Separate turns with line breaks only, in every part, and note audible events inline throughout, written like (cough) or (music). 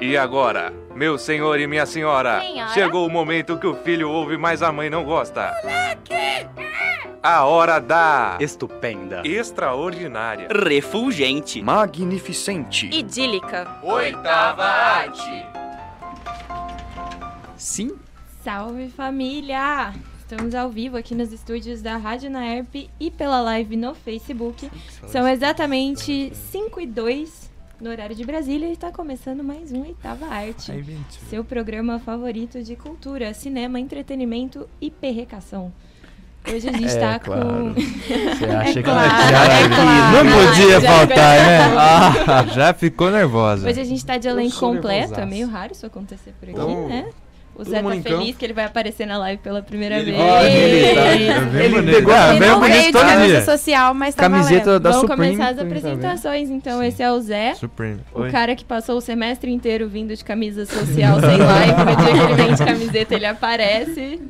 E agora, meu senhor e minha senhora,
Senhora?
chegou o momento que o filho ouve, mas a mãe não gosta. A hora da
Estupenda.
extraordinária
Refulgente.
Magnificente.
Idílica.
oitava arte.
Sim.
Salve família! Estamos ao vivo aqui nos estúdios da Rádio Naerp e pela live no Facebook. São exatamente 5 e 2 no horário de Brasília e está começando mais um Oitava Arte. Seu programa favorito de cultura, cinema, entretenimento e perrecação. Hoje a gente está com.
É
(laughs)
claro. Você acha que
claro,
já
é
vi.
claro.
não podia
Já
faltar,
(laughs)
né? Ah, já ficou nervosa.
Hoje a gente tá de
Eu
elenco
sou
completo, é
nervosaço.
meio raro isso acontecer por aqui,
Então,
né? O
todo
Zé tá
mundo
feliz
em campo.
que ele vai aparecer na live pela primeira
Ele
vez.
vai, ele tá-
Eu venho bonito.
pegou
Ah,
Ele
venho
não veio de
bonito todo
camisa
dia.
social, mas tá valendo.
Camiseta da
Vamos
Supreme.
começar as
tá vendo?
apresentações, então.
Sim.
Esse é o Zé,
Supreme.
o cara que passou o semestre inteiro vindo de camisa
(laughs)
social sem live. No dia que ele vem de camiseta, ele aparece.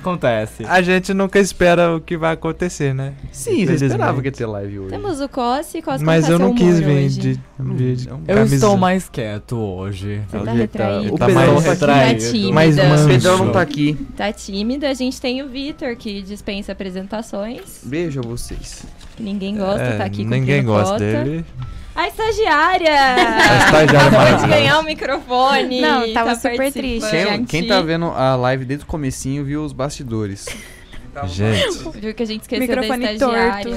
Acontece.
A gente nunca espera o que vai acontecer, né?
Sim, você esperava que ia ter live hoje.
Temos o Cossi, Cossi
Mas
com
eu não
seu
quis
um humor
vir
hoje.
de, vir de
Eu
camisa.
estou mais quieto hoje.
Você tá
Ele
retraído.
O
tá
Pedrão
mais-
tá aqui.
Tá
retraído.
tímida.
mais
O
manso.
Pedrão não tá aqui.
Tá tímida. A gente tem o Vitor, que dispensa apresentações.
Beijo a vocês.
que Ninguém gosta,
É,
tá aqui com
Ninguém gosta
cota.
dele.
A estagiária!
A estagiária
Acabou de
maravilhosa.
ganhar o microfone. tá
Não, tava super
participando
triste.
Quem, quem tá
aqui.
vendo a live desde o comecinho viu os bastidores.
Gente,
Viu que a gente esqueceu
Microfone
da estagiária.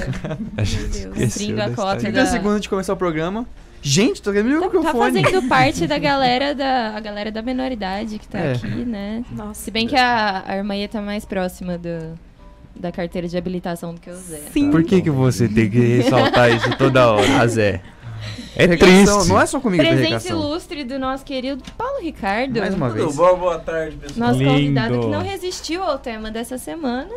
a gente
Deus,
esqueceu
brinca
da
cota
história.
30 segundos de começar o programa. Gente, tô ganhando meu
Tá, tá
microfone.
fazendo parte da galera da a galera da menoridade que tá
É.
aqui, né?
Nossa.
Se bem que a, a irmã tá mais próxima do, da carteira de habilitação do que o Zé.
Sim.
Por que, que você tem que ressaltar isso toda hora? Zé. É
Perrecação,
triste.
Ah, Não é só comigo,
Presente
perrecação.
ilustre do nosso querido Paulo Ricardo.
Mais uma vez.
bom? Boa tarde, pessoal.
Nosso
Lindo.
convidado que não resistiu ao tema dessa semana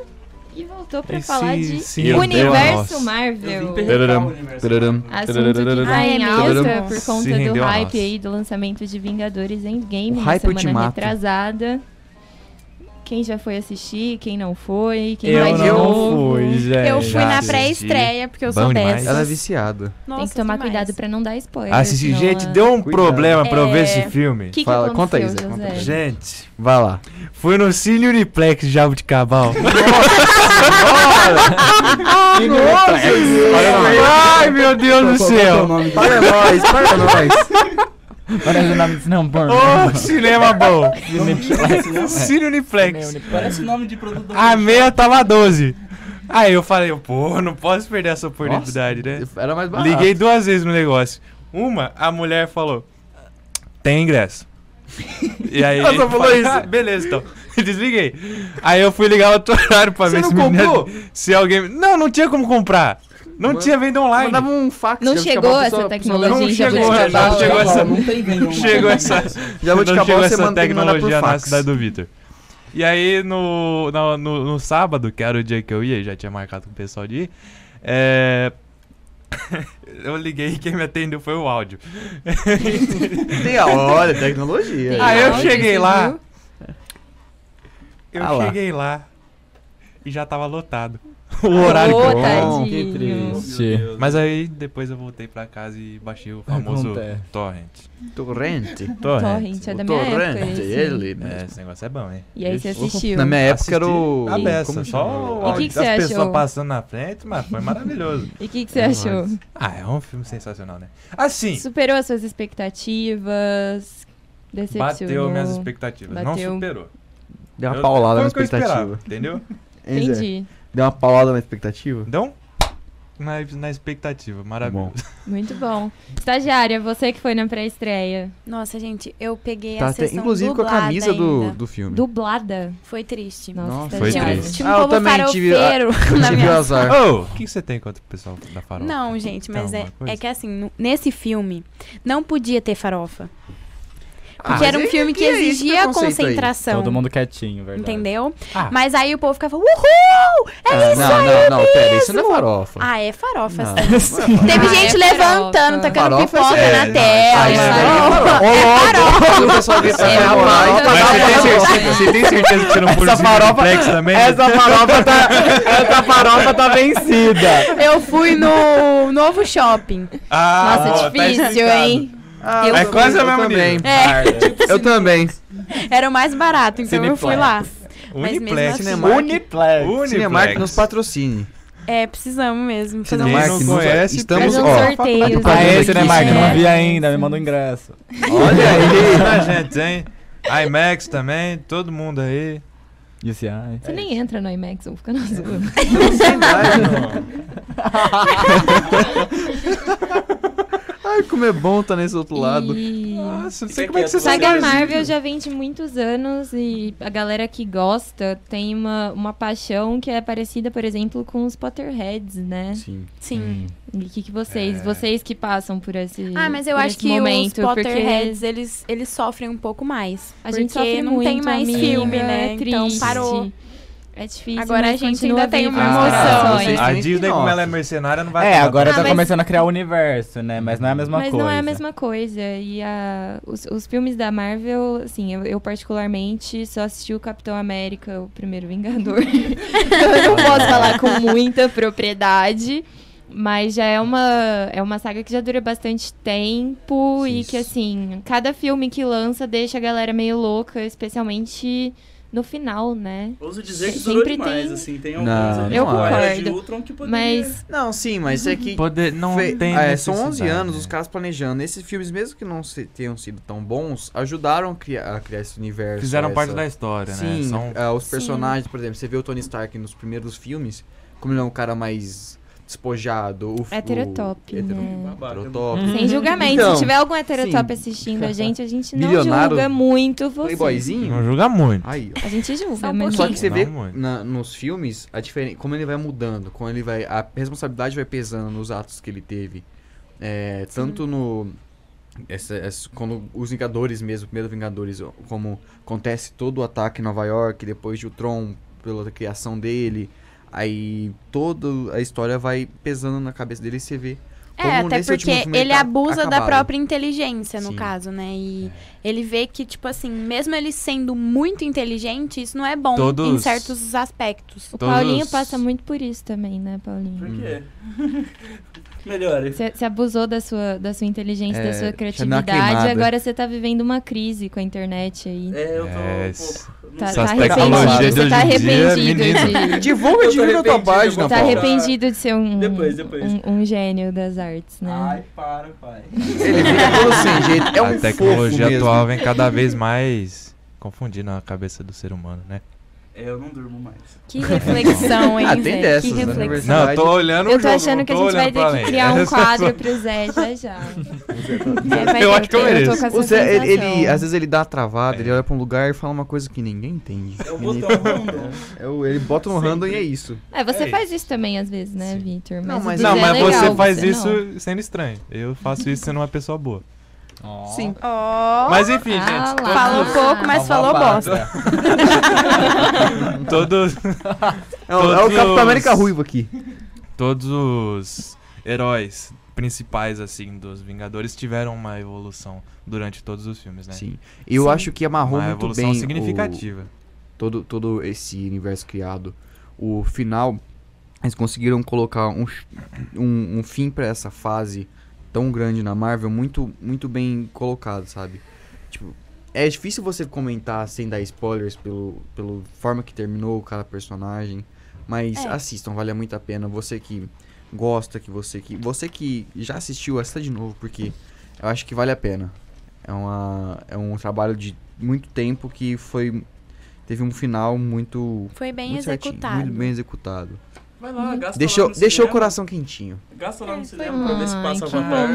e voltou pra
Esse-
falar de
sim, eu dei a
Universo
nossa.
Marvel.
Tararam, tararam.
Assunto que tá
Ai,
em
é
alta
mesmo?
por
Se
conta do
rendeu a
hype
nós.
aí do lançamento de Vingadores Endgame
O
na
hype
semana
ultimato.
retrasada. Quem já foi assistir, quem não foi, quem vai
Eu
de
não
novo.
fui, gente.
Eu fui
já
na
assisti.
pré-estreia, porque eu sou
Bom demais.
dessas.
Ela é viciada.
Tem que tomar cuidado pra não dar spoiler.
Assistir,
senão,
gente,
ah,
deu um
Cuidado.
problema pra eu ver
É.
esse filme.
Que que
Fala, conta aí,
aconteceu,
Zé, conta aí.
José?
Gente,
Vai lá.
foi no Cine Uniplex
(laughs)
Jabuticabal. Ai, meu Deus é do céu.
Para nós, para nós.
Parece o nome de Snowborn.
Ô, cinema bom.
(laughs)
Cine
Meu,
Uniplex.
ele parece-
Parece o nome de produto do
A meia tava 12. Aí eu falei, pô, não posso perder essa oportunidade, né?
(laughs) Era mais barato.
Liguei duas vezes no negócio. Uma, a mulher falou: tem
(laughs)
ingresso. E aí.
Ela só
ele
falou isso.
"Ah, beleza, então. (laughs) Desliguei. Aí eu fui ligar outro horário pra
Você
ver
não
se menina-
comprou?
se alguém. Não, não tinha como comprar. Não
Mano,
tinha venda online.
Mandava um fax.
Não
já
chegou
ficava a
essa
pessoa-
tecnologia
Não
em
chegou,
Jabuticabal?
já não chegou essa.
Não tem venda
Não chegou essa,
Já vou te
não
acabar,
chegou
você
essa
manda tem que mandar por
tecnologia na
fax.
cidade do Vitor. E aí, no, na- no, no sábado, que era o dia que eu ia, já tinha marcado com o pessoal de ir, é, (laughs) eu liguei e quem me atendeu foi o áudio.
Tem a hora, tecnologia.
Tem
Ah, eu
áudio,
cheguei
você
lá.
viu?
Eu
Ah lá.
cheguei lá e já tava lotado. O horário.
Ô,
bom,
tadinho.
triste.
Mas aí depois eu voltei pra casa e baixei o famoso
Acontece.
torrent.
Torrente.
Torrent, é da minha época. esse.
Torrente, ele
É,
mesmo.
esse negócio é bom, hein?
E aí você
Ixi.
assistiu.
Na minha época
Assisti
era o.
A beça,
como
só
chama?
o
E que
áudio
que
das
você
pessoas
achou?
passando na frente, mas foi maravilhoso.
E o que, que você
É
achou?
nóis.
Ah, é um filme sensacional, né? Assim,
Superou as suas expectativas? Decepcionou?
bateu minhas expectativas.
Bateu.
Não superou.
Deu uma
Eu-
paulada
foi
na
o que eu
expectativa.
esperava, Entendeu?
Hein, Zé?
Entendi.
Deu uma paulada na expectativa?
Então, na, na expectativa, maravilhoso.
Muito bom. Estagiária, você que foi na pré-estreia.
Nossa, gente, eu peguei
Tá
a
até,
sessão
inclusive com a
dublada
camisa do,
ainda.
do filme. (laughs)
Dublada.
Foi triste.
Nossa,
Nossa,
foi
Tinha,
estagiária.
triste.
tinha um
Ah, eu
povo
também
(laughs)
tive a-
farofeiro na
Tive o
minha
azar.
Ô, (laughs) o que que você tem contra o pessoal da farofa?
Não, gente, mas
Tem
é,
alguma coisa?
é que assim, no- nesse filme não podia ter farofa.
Ah,
Porque era um
mas
filme que
e aí, esse
exigia
preconceito aí?
concentração.
Todo mundo quietinho, verdade. (laughs)
Entendeu?
Ah.
Mas aí o povo ficava, uhul! É
Ah,
isso
não,
aí!
não, não, pera, isso não é farofa.
Ah, é farofa.
Não.
sim.
Sim.
Teve
Ah,
gente
é
levantando,
farofa.
tacando
Farofa,
pipoca
é,
na
não,
tela.
isso
sabe?
é
Farofa.
O pessoal grita,
É,
"Farofa,
farofa,
Mas
farofa,
você tem,
farofa".
certeza, você tem certeza que você
um
não pôs
Essa
esse
farofa-
complexo também?
Essa
(laughs)
farofa tá. Essa farofa tá vencida.
Eu fui no novo shopping.
Ah,
Nossa,
ó, tá
difícil,
é
explicado.
hein?
Ah,
Eu-
eu
É quase
também,
o mesmo
eu também.
nível.
É,
Eu também.
era o mais barato, então eu fui lá. Mas mesmo
Uniplex.
assim-
Cinemark.
Uniplex.
Uniplex.
Cinemark nos patrocine.
É, precisamos mesmo.
Quem
Fazer um...
Cinemark
não
nos-
conhece,
estamos,
Fazer um
ó.
sorteio.
Tá
Aê,
vendo
Ah, Cinemark, né?
aqui?
eu não vi
É.
ainda, me manda o ingresso.
Olha
a
aí.
tá, gente, hein? IMAX também, todo mundo aí.
E esse ai.
Você nem entra no IMAX, eu vou
É,
ficar na zona.
Ai, como é bom tá nesse outro lado.
E...
Nossa, não
sei
sei
como
como
é
é
que
que
você
você
Saga Marvel já vem de muitos anos e a galera que gosta tem uma, uma paixão que é parecida, por exemplo, com os Potterheads, né?
Sim.
Hum. É,
Sim.
E o que, que vocês,
É.
vocês que passam por esse
Ah, mas eu
por
acho
esse
que
momento,
os
porque
Potterheads, eles, eles sofrem um pouco mais.
a gente
porque
sofre
não
muito,
tem mais
amiga,
filme, né?
É triste.
então parou.
É difícil.
Agora
mas
a gente
continua
ainda tem
vivo.
uma emoção,
Ah,
hein?
vocês-
Ah,
A
Tem
Disney,
spin-off.
como ela é mercenária, não vai
É,
acabar.
agora
Ah,
tá
mas-
começando a criar o universo, né? Mas não é a mesma
mas
coisa.
não é a mesma coisa. E a- os, os filmes da Marvel, assim, eu, eu particularmente só assisti o Capitão América, o primeiro Vingador. (laughs) então eu não posso falar com muita propriedade. Mas já é uma, é uma saga que já dura bastante tempo e que,
Isso.
assim, cada filme que lança deixa a galera meio louca, especialmente no final, né?
Ouso dizer que
Sempre
durou demais,
tem-
assim. Tem
Não,
alguns
não
ali
Eu
com a Era de
concordo.
Ultron que poderia...
Mas
Não, sim, mas é que.
Poder, não
Fe-
tem
é, são 11
necessidade,
anos
né?
os caras planejando. Esses filmes, mesmo que não se- tenham sido tão bons, ajudaram a criar, a criar esse universo.
Fizeram
essa-
parte da história, né?
Sim,
São
ah, os
Sim.
personagens, por exemplo, você vê o Tony Stark nos primeiros filmes, como ele é um cara mais despojado. O, f-
É Heterotop,
o, hetero-
né?
heterotop.
Uhum.
Sem julgamento.
Então,
Se tiver algum heterotop
sim.
assistindo a gente, a gente não
Milionário,
julga muito você. Uhum.
Não
Playboyzinho.
julga muito.
Aí, ó.
A gente julga,
Só um
mas
Só
Sim.
que você
Não
vê
muito.
na- nos filmes a diferen- como ele vai mudando, como ele vai a responsabilidade vai pesando nos atos que ele teve, É, tanto no essa- essa- quando os Vingadores mesmo, o primeiro Vingadores, ó, como acontece todo o ataque em Nova York, depois de Ultron pela criação dele, aí toda a história vai pesando na cabeça dele e você vê.
É,
como
até
nesse último
porque
filme
ele
tá
abusa da
acabado.
própria inteligência, no
Sim. É.
caso, né? E ele vê que, tipo assim, mesmo ele sendo muito inteligente, isso não é bom em
Todos-
certos aspectos.
o
Todos-
Paulinho passa muito por isso também, né,
Por
Paulinho?
quê? Melhores.
Você você abusou da sua, da sua inteligência,
É,
da sua
deixa eu dar uma
criatividade.
queimada.
Agora você tá vivendo uma crise com a internet aí.
É, eu tô
É,
um
esse-
pouco... não
Tá,
sei
tá
Essas
se-
tecnologias de hoje
arrependido. Você tá
em dia,
arrependido
menino.
de.
(laughs) Divulga,
Eu tô
divulga a tua
arrependido,
página,
eu vou
Tá
Paulo.
arrependido.
arrependido de ser um,
Depois, depois.
um, um gênio das artes, né?
Ai, para, pai.
Ele fica todo sem jeito, é um
a tecnologia
fofo mesmo.
atual vem cada vez mais confundindo a cabeça do ser humano, né?
É, eu não durmo mais.
Que reflexão, hein,
Ah,
Zé?
tem dessas,
que
né, na
reflexão.
verdade.
Não, eu tô olhando o
Eu tô
tá jogo,
achando
não
que a
tô
gente vai
olhando
ter
pra
que
além.
criar um
(laughs) Essa- é
quadro pro Zé
(laughs)
já já. É, vai
Eu
ter
acho que eu
ter,
mereço.
tô com essa
O Zé, ele, ele-
sensação.
às vezes ele dá uma travada,
É.
ele olha pra um lugar e fala uma coisa que ninguém entende.
É o botão random.
(laughs) É o- ele bota um random e é isso.
É, você
É
faz isso também às vezes, né,
Sim.
Vitor?
Não,
o
mas-
do
Não,
Zé
mas
é legal,
você faz
não.
isso sendo estranho. Eu faço isso sendo uma pessoa boa.
tá
Sim.
Ó,
Mas enfim,
Ah,
gente.
lá.
falou
Ah.
um pouco, mas falou bosta.
Todos,
É, o- é o
Todos
Capitão
os-
América Ruivo aqui.
todos os heróis principais, assim, dos Vingadores tiveram uma evolução durante todos os filmes, né?
Sim. E eu
Sim.
acho que amarrou
Uma
muito
evolução
bem o,
significativa.
todo, todo esse universo criado. O final, eles conseguiram colocar um, um, um fim pra essa fase tão grande na Marvel, muito, muito bem colocado, sabe? Tipo, é difícil você comentar sem dar spoilers pelo, pelo forma que terminou cada personagem, mas
É.
assistam, vale muito a pena. Você que gosta, que você que você que já assistiu, assista de novo porque eu acho que vale a pena. É uma é um trabalho de muito tempo que foi teve um final muito
Foi bem
muito certinho,
executado.
muito bem executado.
Vai lá, gasta
Deixou,
lá no
deixou o
cinema.
coração quentinho.
Gasta lá no cinema pra ver se
Ai,
passa
que
Avatar.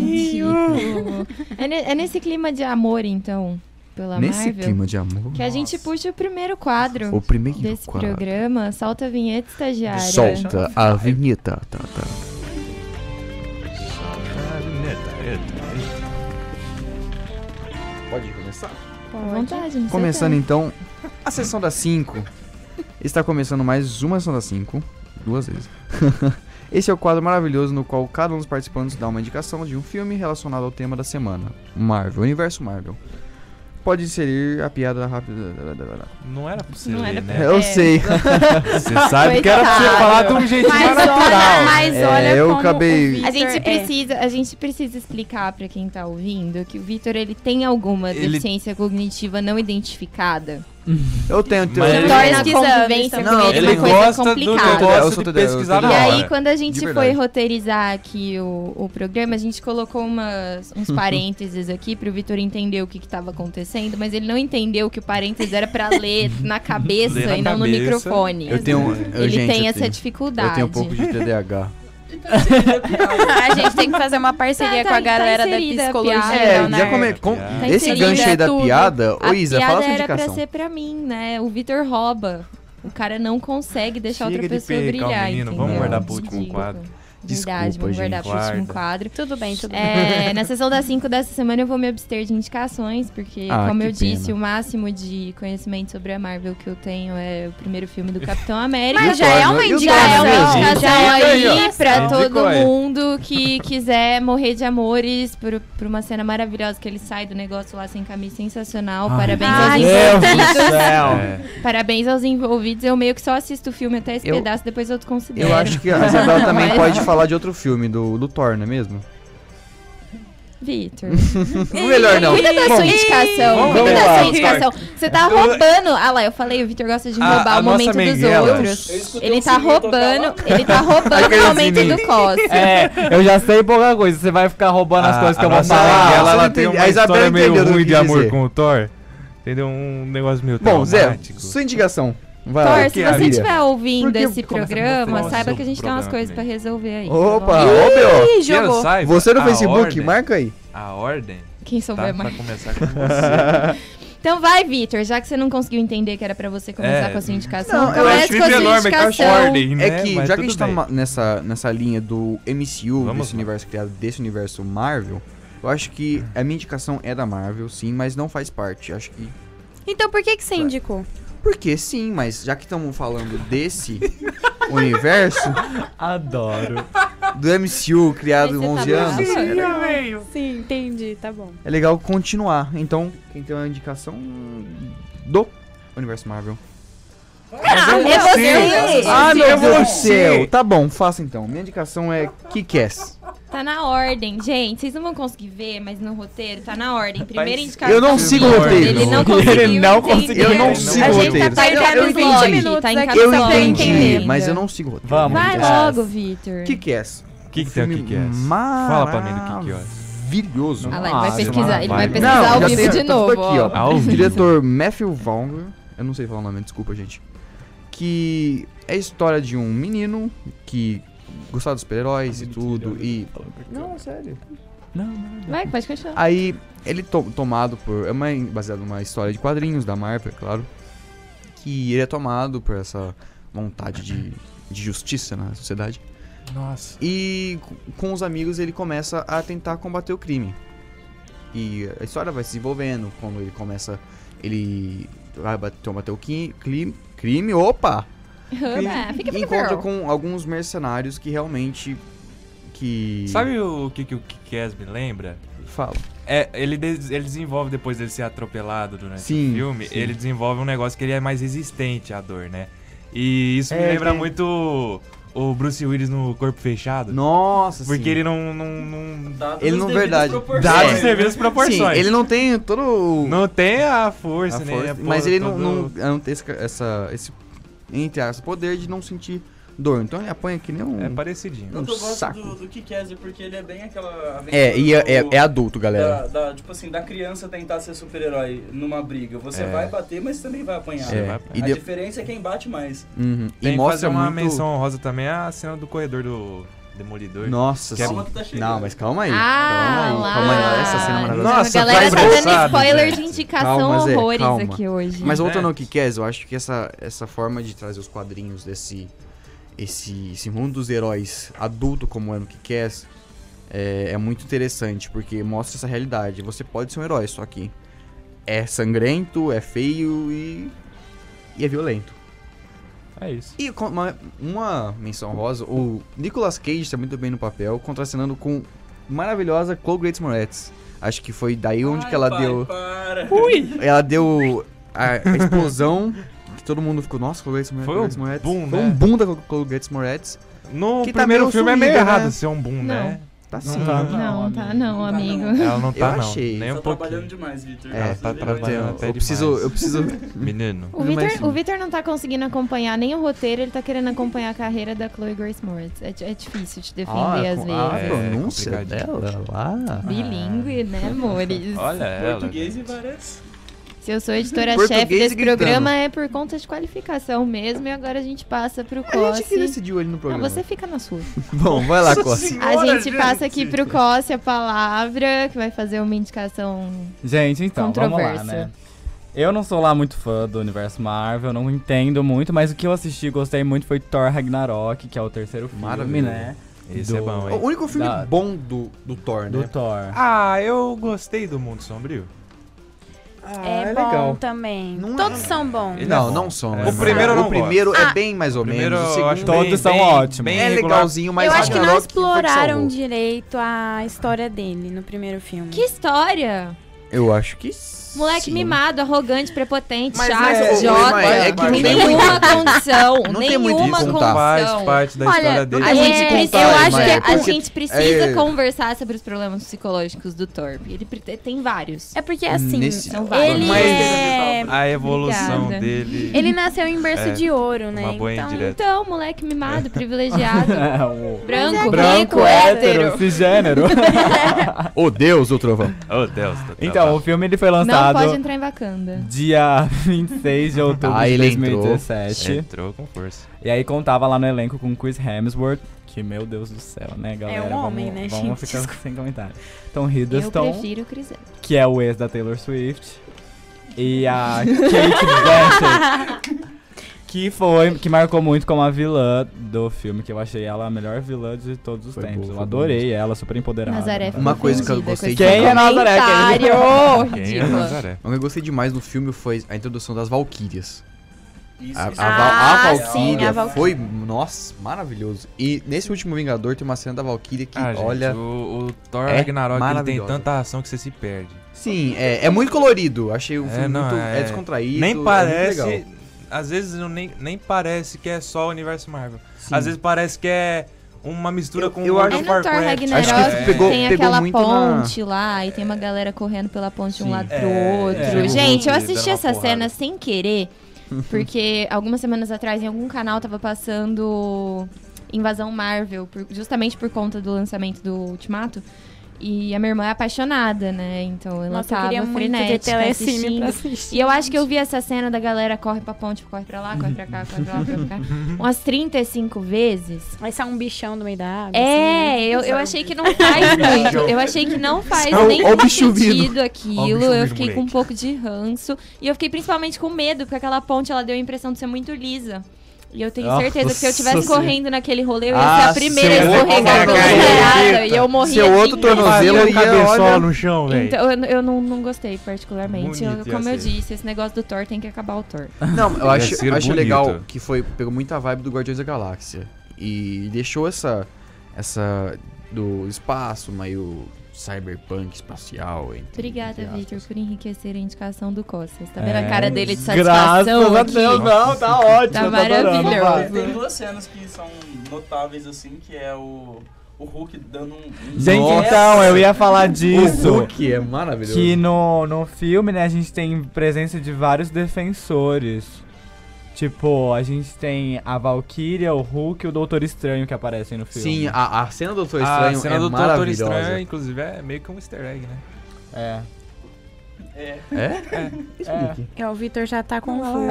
romântico. É, ne- é nesse clima de amor, então, pela
Nesse
Marvel,
clima de amor,
que a gente
Nossa.
puxa o primeiro quadro
o primeiro
desse
quadro.
programa. Solta a vinheta estagiária.
Solta a vinheta, tá, tá. Pode começar?
À vontade, não sei
Começando
tanto.
então a sessão das 5. Está começando mais uma sessão das 5. Duas vezes. (laughs) Esse é o quadro maravilhoso no qual cada um dos participantes dá uma indicação de um filme relacionado ao tema da semana. Marvel, Universo Marvel. pode inserir a piada rápida.
Não era pra você
Não
ler,
era
né?
Eu
É.
sei.
Você sabe que era pra você
Coitado.
falar de um jeitinho
Mas
mais
olha,
natural.
mas
É,
olha
eu
como
acabei-
o Vitor
A gente
é.
precisa, a gente precisa explicar pra quem tá ouvindo que o Vitor ele tem alguma
Ele-
deficiência cognitiva não mas
Eu tenho
Mas
Ele
ele-
torna a
Torna
convivência
Não,
com ele,
Ele
uma coisa
gosta do
complicada.
Eu
negócio
sou
de
entendeu, eu
pesquisar
sou
na
E
entendeu.
aí,
hora.
quando a gente
verdade.
foi roteirizar aqui o, o programa, a gente colocou umas,
(laughs)
uns parênteses aqui pro Vitor entender o que, que tava acontecendo, mas ele não entendeu que o parênteses era pra
(laughs)
ler na cabeça
Ler na
e não no
cabeça.
microfone.
Eu tenho. eu,
ele
gente,
tem
eu
essa
tenho-
dificuldade.
Eu tenho um pouco de TDAH.
A gente tem que fazer uma parceria (laughs)
Tá,
com a
tá, tá
galera da
inserida a
psicologia.
piada.
É,
não,
já
né?
come, com,
Tá
esse
inserida
gancho aí da
tudo.
piada,
A
ô Isa,
piada
fala sua
era pra
indicação.
ser pra mim, né? O Vitor rouba. O cara não consegue deixar
Chega
outra
de
pessoa
pecar o
brilhar,
menino,
entendeu?
vamos
guardar
pro último
Ridículo.
quadro.
Verdade,
Desculpa,
vamos guardar
gente,
pro último
guarda.
quadro.
Tudo bem, tudo bem.
É, (laughs) na sessão das 5 dessa semana eu vou me abster de indicações, porque,
Ah,
como
que
eu disse,
pena.
o máximo de conhecimento sobre a Marvel que eu tenho é o primeiro
(laughs)
filme do Capitão América.
Mas já é uma
E o
indicação.
Já é uma
Gente,
indicação
Já é uma
aí pra
indicação.
todo
Indicou aí.
mundo que quiser morrer de amores por, por uma cena maravilhosa que ele sai do negócio lá sem camisa, sensacional.
Ai,
Parabéns
meu
aos
Deus
envolvidos.
do
É.
céu.
(laughs)
Parabéns aos envolvidos. Eu meio que só assisto o filme até esse
Eu-
pedaço, depois eu te considero.
Eu acho que a Isabela também pode falar de outro filme, do, do Thor, não é mesmo?
(laughs) Vitor.
Melhor não.
Cuida da
Bom,
sua indicação.
vamos
Cuida
lá,
da sua
Vitor.
indicação. Você tá roubando. Ah lá, eu falei, o Vitor gosta de
A-
roubar
a
o momento
nossa
dos
Menguela.
outros. Ele tá roubando, ele tá roubando
Aquele
o momento
sininho.
do Cosmo.
É, eu já sei pouca coisa. Você vai ficar roubando as coisas que eu vou
Ah, nossa
falar.
Miguel, ela,
Você não
tem
entende-
uma
a Isabela
história meio
entendeu do que
ruim de
quis
amor
dizer.
com o Thor. Entendeu? Um negócio meio
Bom, Zé,
traumático.
sua indicação. Vai lá.
Thor, se
que
você
área?
estiver ouvindo
Por que
esse
começa a um
programa,
mostrar
saiba
o
que a gente tem
programa
umas coisas pra
também?
resolver aí. tá bom?
Opa, ô Beo,
Ih,
Quero
jogou.
saiba,
você no
a
Facebook,
ordem-
marca aí.
A ordem
Quem
tá
souber
pra
mais.
começar
(laughs)
com você.
Então vai, Vitor, já que você não conseguiu entender que era pra você começar
É.
com a sua indicação,
Não, eu
comece
acho
com a sua
enorme
indicação.
que a ordem, né?
É que,
Mas
já que
tudo
a gente tá
bem.
numa- nessa, nessa linha do MCU,
Vamos
desse
lá.
universo criado, desse universo Marvel, eu acho que a minha indicação é da Marvel, sim, mas não faz parte. Acho que.
Então por que, que você indicou?
Porque sim, mas já que estamos falando (laughs) desse universo,
Adoro.
do MCU criado
Mas
em
você
11
tá
anos,
brava?
Sim, entendi, tá bom.
é legal continuar. Então, quem tem uma indicação do universo Marvel.
Ah,
é você!
Ah,
é
meu
Eu
Deus do
sei.
céu! Tá bom, faça então. Minha indicação é Kick-Ass.
Tá na ordem, gente. Vocês não vão conseguir ver, mas no roteiro tá na ordem. Primeira indicação.
Eu não sigo o roteiro.
Ele não
Ele
conseguiu.
não
entender.
conseguiu.
Eu não
A
sigo
a
o
gente
roteiro.
tá
Tá
perdendo
em
uns
capítulo
blogs,
entendi, tá em
aqui
Eu
capítulo
só pra
entendi.
entender.
entendi, mas eu não sigo o roteiro. né?
Vamos.
Vai
Yes.
logo, Vitor.
Que que é essa?
O que, que tem aqui que é? Fala pra mim do que, que é.
Maravilhoso.
Ah lá, ele vai
Ah,
pesquisar. Ele vai
vai.
pesquisar
Não,
ao
já
vivo
tem-
de
tá tudo
novo.
aqui,
ó.
ó.
Ao vivo.
Diretor Matthew Vaughn, eu não sei falar o nome, desculpa, gente. Que é a história de um menino que gostava dos super-heróis e tudo e Não, sério.
Não, não.
Vai, pode continuar.
Aí ele to- tomado por. É uma, baseado numa história de quadrinhos da Marvel, é claro. Que ele é tomado por essa vontade de, de justiça na sociedade.
Nossa.
E co- com os amigos ele começa a tentar combater o crime. E a história vai se desenvolvendo. Quando ele começa. Ele vai bat- combater o qui- cli- crime. Opa!
Ah, Fica
E
pra
encontra
girl.
com alguns mercenários que realmente. Que.
Sabe o que, que o Kikes me lembra?
Fala.
É, ele, des- ele desenvolve, depois dele ser atropelado durante
Sim,
o filme,
sim.
ele desenvolve um negócio que ele é mais resistente à dor, né? E isso me
É,
lembra
tem-
muito o Bruce Willis no Corpo Fechado.
Nossa
porque
sim.
ele não. não, não
Ele não verdade.
dá
É.
os devidas proporções.
Sim, ele não tem todo o.
Não tem a
a
força, né?
força,
a porra
mas ele não,
toda-
não, não tem esse, essa, esse. Entre aspas, poder de não sentir dor. Então ele apanha que nem um.
É parecidinho.
um
Eu gosto
saco.
do, do Kikaze porque ele é bem aquela.
É, e é, é-
aventura
é adulto, galera.
Tá.
Da, da- tipo assim, da criança tentar ser super-herói numa briga. Você
É.
vai bater, mas também vai apanhar.
Você
É,
vai
e
A
de-
diferença é quem bate mais.
Uhum.
Tem
E
que
mostra
fazer uma
muito.
menção honrosa também a cena do corredor do Demolidor.
Nossa,
Que é-
Calma
sim.
que tá chegando.
Não, mas calma aí.
Ah,
calma aí.
lá.
Calma aí. Essa cena é maravilhosa.
Nossa,
a galera
faz
tá dando
bolsado,
spoiler
né?
de indicação
Calma, Zé,
horrores
calma.
aqui hoje.
Mas voltando
né?
ao que quer, eu acho que essa, essa forma de trazer os quadrinhos desse esse, esse mundo dos heróis adulto como é no que quer é, é muito interessante porque mostra essa realidade. Você pode ser um herói, só que é sangrento, é feio e, e é violento.
É isso.
E com uma, uma menção rosa, tá o Nicolas Cage está muito bem no papel, contracenando com maravilhosa Chloe Grace Moretz. Acho que foi daí onde que ela
Ai, pai,
deu.
Para. tá
Ela deu a a explosão. que todo mundo ficou, nossa, Colgates Moretti.
Foi um
Colgates Moretti.
boom,
Foi
né?
um boom da Col- Colgates Moretti.
No
Que tá
primeiro
meio
filme é meio
sumida,
errado
né?
ser um boom, né?
Tá
Não
sim.
tá,
Não, tá não, amigo.
Ela
(laughs)
não tá,
Eu
não.
achei.
Nem
Tá
um
trabalhando
pouquinho.
demais, Vitor.
tá
Você
É,
trabalhando
trabalhando
demais.
até
Eu preciso,
demais.
eu preciso.
Menino.
O
Não, mas
Vitor,
sim.
o Vitor não tá conseguindo acompanhar nem o roteiro, ele tá querendo acompanhar a carreira da Chloe Grace Moritz. É, di- é difícil te defender às
com-
vezes.
ah,
É,
a pronúncia
complicadinho.
dela lá.
Bilingue,
(laughs)
né, amores?
Ah.
Olha ela.
Português
né?
e várias.
Se eu sou editora-chefe
Português
desse
gritando.
programa, é por conta de qualificação mesmo, e agora a gente passa pro
A gente que
Cosse.
decidiu ali no
Não,
programa.
você fica na sua.
Bom, vai lá, Costa.
A gente passa aqui pro Cosse a palavra, que vai fazer uma indicação.
Gente, então, vamos lá,
Controversa.
né? Eu não sou lá muito fã do universo Marvel, não entendo muito, mas o que eu assisti e gostei muito foi Thor Ragnarok, que é o terceiro filme,
Maravilhoso.
né?
Esse
Do-
é bom,
O
hein?
único filme
Da-
bom do, do Thor,
Do
né?
Thor.
Ah, eu gostei do Mundo Sombrio.
é bom também.
Ah, Não é-
Todos são bons.
Ele
não,
é bom.
não são.
É
né,
bom.
mano?
O primeiro eu não
O primeiro
gosto.
é bem mais ou
Primeiro,
menos. O
eu acho
segundo
Todos
bem- é
são
bem-
ótimos.
bem
é
regular.
legalzinho, mas
eu acho que não
Ragnarok
um.
foi que
exploraram
salvou.
direito a história dele no primeiro filme.
Que história!
Eu acho que
Moleque
sim.
mimado, arrogante, prepotente,
Mas,
chato,
mas, ô,
idiota.
mas, é que não tem
nenhuma
muito-
condição.
(laughs) não tem muito
nenhuma
isso, não
condição.
tá?
Faz parte da história dele.
A
É,
gente,
é,
precisa-
eu
eu
acho
acho
que
que
é
a
porque-
gente precisa
é-
conversar sobre os problemas psicológicos do Thor. Ele pre- tem vários.
É porque assim,
Nesse-
São vários.
ele
Mas-
é...
A evolução
Obrigada.
dele.
Ele nasceu em berço
É,
de ouro, né?
uma boa
então,
É.
indireta.
Então, moleque mimado,
(laughs)
privilegiado,
É, (laughs) o
branco,
branco,
rico,
hétero,
hétero.
(laughs)
cisgênero.
Ô Deus, o trovão.
Oh, Deus. tá
então, o filme ele foi
Não pode
lançado
entrar em Wakanda.
dia (laughs) 26 de outubro
Ah,
de
ele entrou. É.
2017.
Entrou com força.
E aí contava lá no elenco com Chris Hemsworth, que meu Deus do céu,
É
né, galera?
um homem,
vamos,
né,
Vamos
gente?
ficar sem comentário. Tom
Eu
Hiddleston,
prefiro o Chris Evans.
que é o ex da Taylor Swift. E a Kate
(laughs)
Blanchett. Que foi, que marcou muito como a vilã do filme, que eu achei ela a melhor vilã de todos os
Foi
tempos.
boa,
eu
foi
adorei ela, super empoderada.
Nazaré foi
Uma coisa que eu
ofendida
gostei
com
de-
esse
Quem é Nazaré? Quem é
comentário.
Quem é
Ridícula.
Nazaré?
O que eu gostei demais no filme foi a introdução das Valkyrias.
Isso,
A, a,
isso.
Ah,
Val- a
sim,
Valkyria
a Valkyria.
foi, nossa, maravilhoso. E nesse último Vingador tem uma cena da Valkyria que,
Ah, gente,
olha...
o, o Thor
é
Ragnarok ele tem
maravilhosa.
tanta ação que você se perde.
Sim, é, é muito colorido. Achei o
É,
filme
não,
muito...
é-
É, descontraído. é
nem
muito
parece.
legal.
às vezes não- nem, nem parece que é só o universo Marvel.
Sim.
Às vezes parece que é uma mistura
Eu-
com
eu
o
acho-
É
World
no
of
Thor
Warcraft.
Ragnarok,
Acho que pegou-
tem
pegou
aquela
muito na-
ponte lá, e tem uma galera correndo pela ponte de um
Sim.
lado
É,
pro outro.
é,
Gente, eu
dando
assisti
uma
essa
porrada.
cena sem querer, porque algumas semanas atrás em algum canal tava passando Invasão Marvel, por- justamente por conta do lançamento do Ultimato. E a minha irmã é apaixonada, né? Então ela
Nossa, eu
tava
queria muito ter
frenética
telecine pra
assistindo.
assistir.
E eu acho que eu vi essa cena da galera corre pra ponte, corre pra lá, corre pra cá, corre pra lá, corre
(laughs)
pra cá. Umas 35 vezes.
Vai sair um bichão no meio da água. assim,
É,
né?
eu, eu achei que não faz muito. Eu achei que não faz
Ó o- ó o
nenhum
bicho vindo.
sentido
Ó o bicho
aquilo.
vindo,
Eu fiquei com um
moleque.
pouco de ranço. E eu fiquei principalmente com medo, porque aquela ponte ela deu a impressão de ser muito lisa. E eu tenho
Nossa
certeza que se eu estivesse
Senhora.
correndo naquele rolê, eu ia
Ah,
ser a primeira a
seu
escorregar
outro
pelo caralho.
cagueta.
E eu morria
Seu
de
outro
medo.
tornozelo
Fazia
é
um
ia,
cabeçola
olha-
no chão, velho.
Então, eu, eu não, não gostei particularmente. Eu-
Bonito assim. ia
como eu
ser.
disse, esse negócio do Thor tem que acabar o Thor.
Não, eu acho,
ser
acho
É, bonito.
legal que foi pegou muita vibe do Guardiões da Galáxia e deixou essa essa do espaço meio cyberpunk espacial. entre-
Obrigada,
entre
Victor,
aspas.
por enriquecer a indicação do Costa. Você tá vendo
É,
a cara dele de satisfação?
Graças a
aqui?
Deus, não, tá ótimo,
Tá
eu tô adorando,
maravilhoso.
vai.
Tem duas cenas que são notáveis, assim, que é o, o Hulk dando um... um-
Gente,
Nossa.
então, eu ia falar
O
disso.
Hulk é maravilhoso.
Que no, no filme, né, a gente tem presença de vários defensores. Tipo, a gente tem a Valkyria, o Hulk e o Doutor Estranho que aparecem no filme.
Sim, a, a cena do Doutor
a
Estranho
Ah, cena
é
do Doutor
maravilhosa.
Estranho, inclusive, é meio que um easter egg, né?
É.
É,
(laughs) É?
É, o Vitor já tá confuso.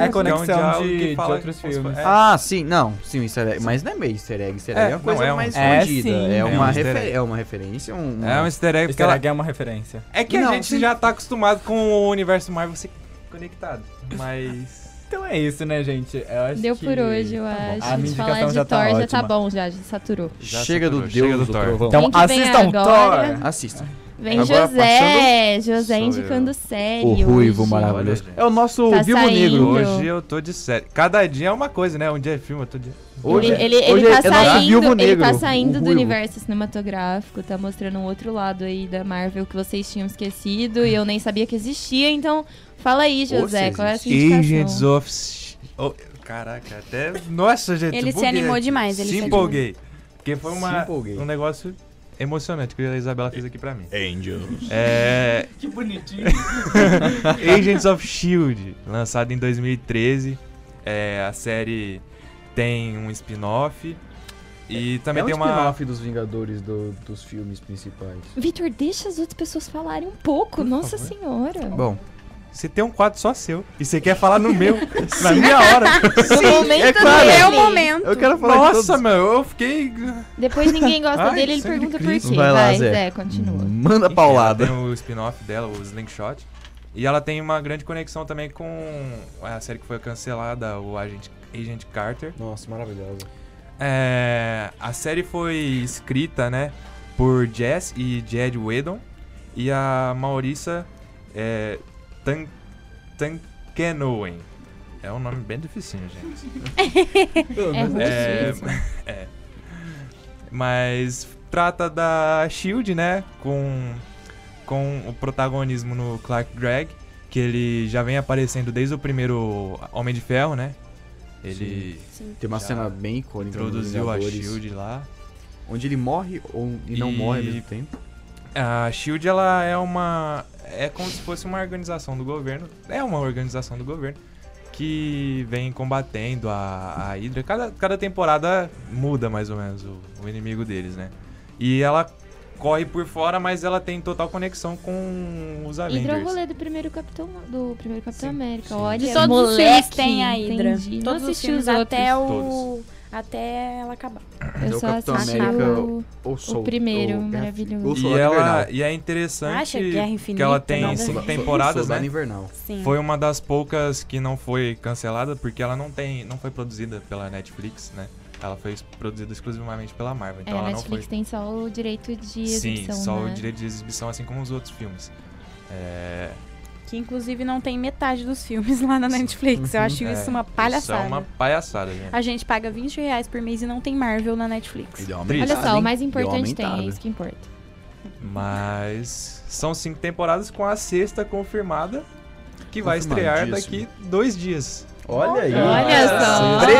É
que é um
conexão
diálogo
de,
que
de
fala
outros
que fosse-
filmes.
é.
Ah, sim, não, sim, easter egg. Mas não é meio easter egg, easter egg é,
É,
uma coisa
não, é um-
mais
é
escondida.
sim.
É,
É um
uma
easter
refer-
egg.
é uma referência, um...
É um easter egg porque
Easter
ela...
egg é uma referência.
É que
Não,
a gente
sim.
já tá acostumado com o universo Marvel ser conectado. Mas.
Então é isso, né, gente? Eu acho
Deu
que-
por hoje, eu
Tá bom.
acho.
A minha
de falar
indicação
de
já tá
Thor já
ótima.
tá bom, já, já saturou.
Já
Chega do
saturou, chega do
Deus
(laughs)
do
Thor.
Trovão.
Então
Quem que vem
assistam
agora?
Thor!
Assista.
Vem
Agora,
José, José
Sou
indicando
eu.
série.
O ruivo
hoje.
maravilhoso.
Olha, gente.
É o nosso
É Tá
Bilbo
saindo.
(laughs)
Negro.
Hoje eu tô de série. Cada dia é uma coisa, né? Um dia é filme, outro dia.
Hoje,
ele, ele, ele
hoje
tá
é nosso
saindo,
Bilbo
ele tá
Negro, o
saindo do
ruivo.
universo cinematográfico, tá mostrando um outro lado aí da Marvel que vocês tinham esquecido e eu nem sabia que existia, então fala aí, José,
Ou se
qual é a sua
Agents
indicação?
of. Sh- Oh, caraca, até. Nossa, gente.
Ele se
buguei
animou
aqui.
demais, ele
se
se
empolguei. Porque foi
Se
uma,
empolguei.
um negócio emocionante que a Isabela fez aqui pra mim.
Angel.
É.
Que bonitinho.
(laughs) Agents of Shield, lançado em 2013. É, a série tem um spin-off. E também
é um
tem uma.
spin-off dos Vingadores do- dos filmes principais.
Vitor, deixa as outras pessoas falarem um pouco, nossa
favor.
senhora.
Bom,
Você tem um quadro só seu. E você quer falar no meu. na minha hora.
No momento
é claro.
dele.
É o momento.
eu quero falar de
Nossa,
todos.
meu, eu fiquei.
Depois ninguém gosta
Ai,
dele, ele
sangue de
pergunta por
Cristo. Hum.
quê.
Vai lá,
Zé.
Zé.
continua.
Manda
Enfim,
paulada.
Ela tem o spin-off dela, o Slingshot. E ela tem uma grande conexão também com a série que foi cancelada, o Agent, Agent Carter.
Nossa, maravilhosa.
É, a série foi escrita, né, por Jess e Jed Whedon e a Maurissa é, Tan Tankenowen. É um nome bem dificinho, gente.
É ruim
É,
isso.
é. Mas trata da Shield, né, com com o protagonismo no Clark Gregg, que ele já vem aparecendo desde o primeiro Homem de Ferro, né? Ele
Tem uma
um Já
cena bem icônica. nos
introduziu a
Vingadores,
Shield lá.
Onde ele morre ou, e não
E-
morre ao mesmo tempo.
A Shield ela é uma é como se fosse uma organização do governo, é uma organização do governo que vem combatendo a, a Hydra. Cada, cada temporada muda mais ou menos o, o inimigo deles, né? E ela corre por fora, mas ela tem total conexão com os
Hidra é o
Avengers.
rolê do primeiro Capitão, do primeiro Capitão
Sim,
América.
sim.
Olha,
De todos os
moleque,
filmes tem a Hydra.
entendi.
Todos
Não
os
assisti
filmes
os
até
outros.
o. Até ela acabar.
Eu
o
só
Capitão
assisti
América,
o...
Ou Sol-
primeiro,
ou Guerra-
maravilhoso.
ou
E
Soldado
ela
Invernal. é
e é interessante
Acha Guerra Infinita,
que ela tem
nada a
cinco
ver.
temporadas,
Soldado
né?
Invernal.
Sim.
Foi uma das poucas que não foi cancelada, porque ela não tem. não foi produzida pela Netflix, né? Ela foi produzida exclusivamente pela Marvel. Então
é, a
ela
Netflix tem só o direito de
não foi.
exibição,
Sim, só
né?
o direito de exibição, assim como os outros filmes. É.
Que inclusive não tem metade dos filmes (laughs) lá na
Sim.
Netflix. Eu acho
é,
isso uma palhaçada.
Isso é uma palhaçada, gente.
A gente paga 20 reais por mês e não tem Marvel na Netflix.
Ele é uma
Olha
Olha
aumentada,
só, o
hein?
mais
Deu uma
importante tem, é
aumentada.
isso que importa.
Mas. São cinco temporadas com a sexta confirmada, que vai estrear
Confirmadíssimo.
daqui dois dias.
Olha aí.
Olha só.
Pre-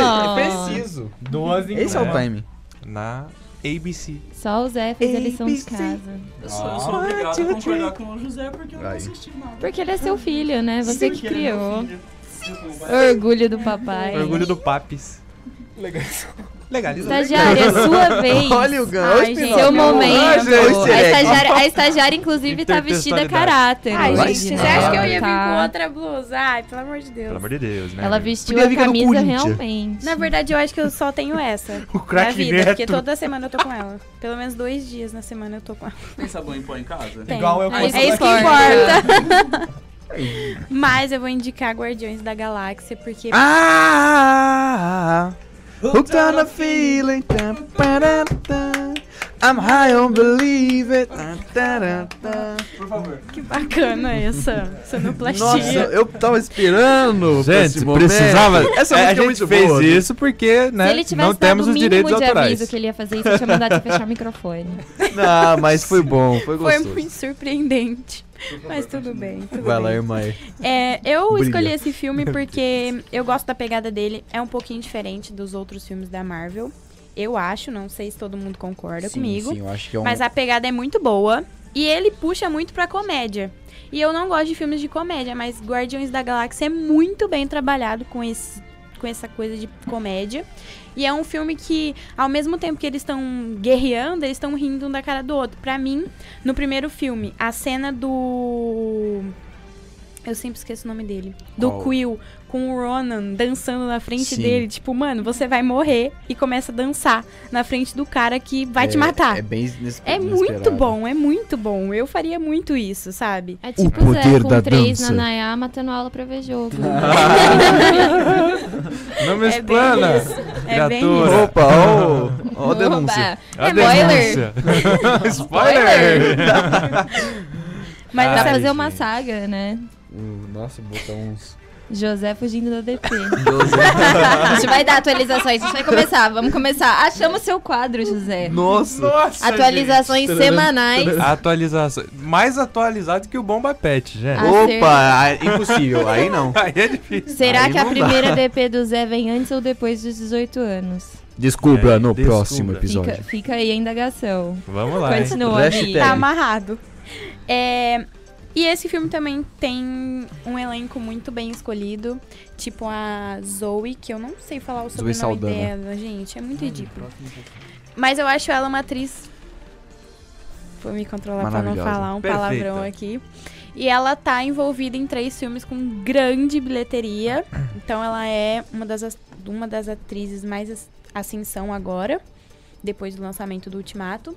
preciso.
Duas em
Esse é o
É.
time.
Na ABC.
Só o Zé fez a lição de casa.
Eu sou, eu sou obrigado a concordar com o José porque eu não
Aí.
assisti nada.
Porque ele é
Ah.
seu filho, né? Você
Sim,
que
ele é meu
criou.
filho. Desculpa.
Orgulho do papai.
Orgulho do Papis. Legaliza.
Estagiária,
(laughs)
é sua vez.
Olha o ganho.
Ai,
olha o
gente,
spin-off.
Seu
Não, não.
Ai,
é momento.
gente,
A
é.
estagiária, a estagiária, inclusive, tá vestida a caráter.
Ai,
Vai
gente,
hoje,
você
né?
acha que eu ia vir
Tá.
com outra blusa? Ai, pelo amor de Deus.
Pelo amor de Deus, né?
Ela
gente?
vestiu
Podia
a
vir com o
camisa
Corinthians.
realmente.
Na verdade, eu acho que eu só tenho essa.
(laughs) O
na
craque
vida,
é
Neto.
porque toda semana eu tô com ela. Pelo menos dois dias na semana eu tô com ela.
Tem sabão em pó em casa?
Tem.
Igual eu
é isso
com
que
essa
importa.
(laughs)
Mas eu vou indicar Guardiões da Galáxia, porque
Ah, hooked on a feeling. Tá, pará, tá. I'm high on believe it. Tá, tará, tá.
Por favor.
que bacana essa sonoplastia.
Nossa, eu tava esperando. pra esse
Gente,
momento.
precisava.
(laughs)
é,
Essa música
a
é
gente
muito
fez
boa.
isso porque,
Se
né,
ele tivesse
não temos
dado o
os
mínimo
direits
de
autorais.
aviso que ele ia fazer isso, eu tinha mandado ele fechar o microfone.
Ah, mas foi bom, foi
Foi
gostoso.
muito surpreendente. Mas tudo bem, tudo
Vai lá,
bem.
irmã.
É, eu
Brilha.
escolhi
(laughs)
esse filme porque eu gosto da pegada dele. É um pouquinho diferente dos outros filmes da Marvel. Eu acho, não sei se todo mundo concorda
Sim,
comigo.
Sim, eu acho que é um.
Mas a pegada é muito boa. E ele puxa muito pra comédia. E eu não gosto de filmes de comédia, mas Guardiões da Galáxia é muito bem trabalhado com, esse, com essa coisa de comédia. E é um filme que, ao mesmo tempo que eles estão guerreando, eles estão rindo um da cara do outro. Pra mim, no primeiro filme, a cena do. Eu sempre esqueço o nome dele. Do
Qual?
Quill com o Ronan dançando na frente
Sim.
dele. Tipo, mano, você vai morrer. E começa a dançar na frente do cara que vai te
é-
matar.
É bem inespe-
É muito
inesperado.
bom, é muito bom. Eu faria muito isso, sabe?
(laughs) É tipo o Zé
poder
com
da
três
dança.
na Nayá (laughs) matando aula pra ver jogo.
Não me
É bem
explana.
isso. É bem
Criatura.
isso.
Opa, ó o- ó a
Opa!
denúncia.
A
É boiler.
denúncia. Spoiler!
Mas
Ah,
Dá pra
Ai,
é fazer uma
gente.
saga, né?
Hum, Nossa, botar uns.
José fugindo da (laughs) DP.
José.
a gente vai dar atualizações, a gente vai começar, vamos começar. Achamos seu quadro, José.
Nossa!
Nossa,
Atualizações
gente.
semanais.
Atualização. Mais atualizado que o Bomba Pet, gente.
Opa, ah, impossível, aí não.
Ah.
Aí é difícil.
Será
Aí
que a
não dá.
primeira
(laughs)
DP do Zé vem antes ou depois dos 18 anos?
Descubra
É,
no
descubra.
próximo episódio.
Fica, fica aí a indagação.
Vamos lá, hein?
Continua,
Hashtag.
amiga.
Tá
É.
amarrado. É, E esse filme também tem um elenco muito bem escolhido. Tipo a Zoe, que eu não sei falar o
Zoe
sobrenome
Saldana.
dela, gente. É muito ridículo. Mas eu acho ela uma atriz. Vou me controlar pra não
Maravilhosa.
falar um
Perfeita.
palavrão aqui. E ela tá envolvida em três filmes com grande bilheteria. Então ela é uma das, as- uma das atrizes mais as- ascensão agora, depois do lançamento do Ultimato.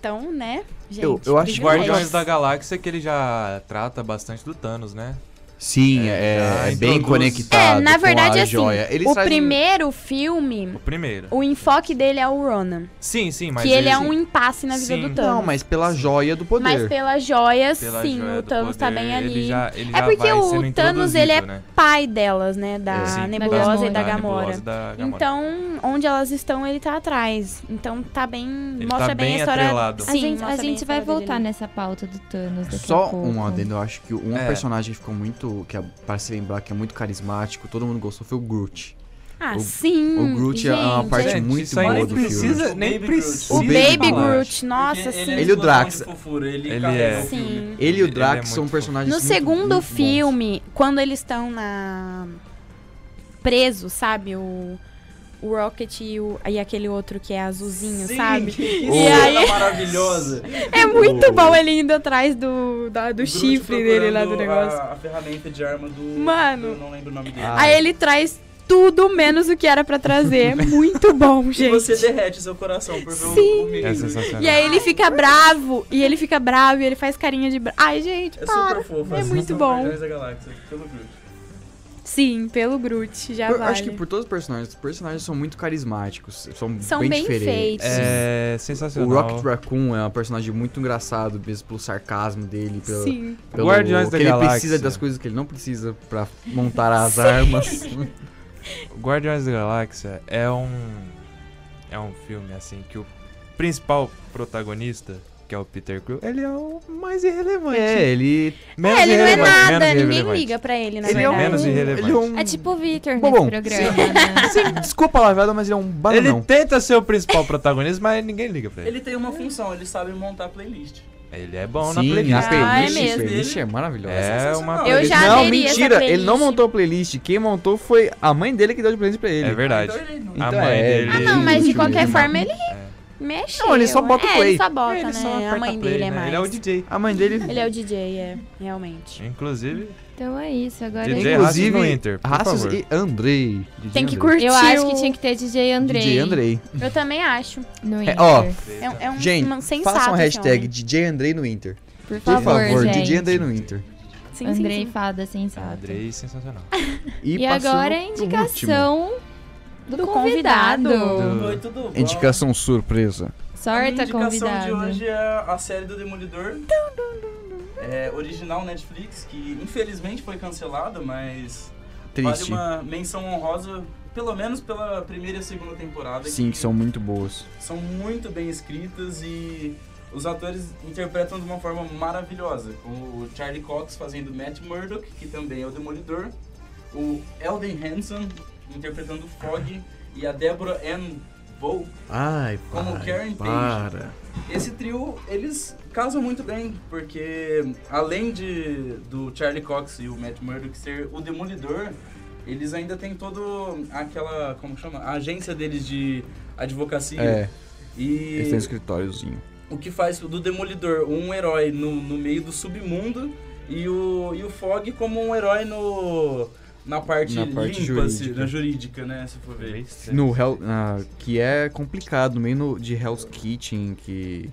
Então, né, gente?
Eu- eu acho que-
privilégio.
Guardiões da Galáxia, que ele já trata bastante do Thanos, né?
Sim, é,
já
é bem
introduz.
conectado.
É, na verdade,
com a
assim,
joia. um Eles
o
trazem-
primeiro filme,
O primeiro.
o enfoque dele é o Ronan.
Sim, sim, mas
Que ele é
sim.
um impasse na vida
Sim.
do Thanos.
Não, mas pela joia do poder.
Mas pela joia,
Pela
sim,
joia
o
do
Thanos tá
poder,
bem ali.
Ele já, ele
É
já
porque
vai
o
sendo
Thanos, ele é
introduzido, né?
pai delas, né?
É.
Da
Sim. tá
Nebulosa
Da
e da
Gamora.
Gamora.
Nebulosa e da Gamora.
Então, onde elas estão, ele tá atrás. Então, tá bem.
Ele
mostra
tá
bem a
bem
história.
atrelado.
A
Sim,
gente, a
mostra bem
gente vai
história dele.
voltar nessa pauta do Thanos daqui a
Só
pouco.
né?
um adendo, eu acho que um
É.
personagem que ficou muito. que é, para se lembrar que é muito carismático, todo mundo gostou, foi o Groot.
Ah,
O-
sim.
o Groot é uma
gente,
parte
é-
Gente,
muito
isso aí
boa
nem
do
precisa,
filme.
Nem
O Baby
precisa.
O
Baby
Baby
Groot, nossa,
Porque
sim.
Ele, é
Ele e o
explosão
Drax.
de fofura, ele,
Ele
carrega
é.
o filme.
Sim.
Ele e
Ele-
o Drax
ele é
são
muito
personagens
No
muito-
segundo
muito bons.
filme, quando eles estão na. presos, sabe? O. O Rocket e, o- e aquele outro que é azulzinho,
Sim, (laughs)
sabe?
Que, que
E
cena
aí-
maravilhosa.
É muito
O-
bom ele indo atrás do, da- do
O Groot
chifre dele lá do
procurando
negócio.
A, a ferramenta de arma do.
Mano.
Eu não lembro o nome dele.
Ah.
Aí ele traz tudo menos o que era pra trazer. É Muito bom,
E você
gente.
derrete seu coração por ver o-
Sim.
o menino.
É sensacional.
E aí ele fica bravo, e ele fica bravo, e ele faz carinha de bravo. Ai, gente,
É
para.
super fofo.
é
assim,
muito
são
bom.
Guardiões da Galáxia, pelo Groot.
Sim, pelo Groot, já
Por-
vale.
Acho que por todos os personagens, os personagens são muito carismáticos, são,
São
bem,
bem
diferentes.
feitos.
É
O
sensacional.
Rocket Raccoon é um personagem muito engraçado, mesmo pelo sarcasmo dele, pelo,
Sim.
pelo
Guardiões da
que ele
Galáxia.
precisa das coisas que ele não precisa pra montar as armas.
Guardiões da Galáxia é um é um filme assim que o principal protagonista, que é o Peter Quill, ele é o mais irrelevante.
é, ele,
Menos
é, ele não é
irrelevante, menos
nada, ninguém
irrelevante.
liga pra ele, na
ele é um,
verdade.
Menos irrelevante.
ele é um-
É tipo o Victor nesse
Bom,
programa, né?
Sim, desculpa a lavrada, mas ele é um
Ele
bananão.
tenta ser o principal protagonista, mas ninguém liga pra ele.
Ele tem uma função, ele sabe montar playlist.
Ele é bom na
Sim,
playlist.
a
Ah, é
playlist,
mesmo.
a playlist é maravilhosa.
É uma
Eu
Eu
Ele-
já
Não,
aderi a essa
mentira, ele
playlist.
não montou a playlist. Quem montou foi a mãe dele que deu de presente pra ele.
É verdade.
Então ele não.
A
Então
mãe
é,
dele.
Ah, não, mas de
Ele-
qualquer
ele-
forma ele mexe.
Não, ele só bota o
é,
play.
Ele só bota,
é. Ele
né?
só
a
aperta
mãe
play,
dele é
né?
mais.
Ele é o DJ.
A mãe dele.
Ele é o DJ, é, realmente.
Inclusive,
Então é isso, agora
DJ
eu...
Raças
Inclusive,
no Inter, por
Raços
favor.
e Andrei. DJ
é Tem que
Andrei.
curtir.
eu acho que
o-
tinha que ter DJ Andrei.
DJ Andrei.
Eu também acho.
No
É,
Inter.
ó,
É, é um,
Gente,
um sensato.
façam
esse
hashtag
homem.
DJ Andrei no Inter.
por
Por
favor,
favor,
gente.
DJ Andrei no Inter.
Sim, sim,
Andrei
sim.
Fada Sensato.
Andrei, sensacional.
E,
E
passando
agora a
é
pro
indicação do,
Do
convidado.
convidado.
Oi, tudo bom?
último. Ah. Indicação surpresa.
A
Sorta,
indicação de
tá convidado.
hoje é a série do Demolidor. É original Netflix, que infelizmente foi cancelada, mas
Triste.
vale uma menção honrosa, pelo menos pela primeira e segunda temporada.
Sim, que são muito boas.
são muito bem escritas e os atores interpretam de uma forma maravilhosa, com o Charlie Cox fazendo Matt Murdock, que também é o Demolidor, o Elden Hanson interpretando Fog e a Deborah Ann Vaughn
Ai,
Como
pai,
Karen Page.
para.
esse trio, eles casam muito bem, porque além de do Charlie Cox e o Matt Murdock ser o Demolidor, eles ainda têm todo aquela, como chama? A agência deles de advocacia.
É,
E
eles têm um escritóriozinho.
o que faz do Demolidor um herói no, no meio do submundo e o, e o Fog como um herói no na parte,
Na parte
limpa, se-
jurídica.
na jurídica, né, se for ver.
No Hell, ah, que é complicado, no meio no- de Hell's Kitchen, que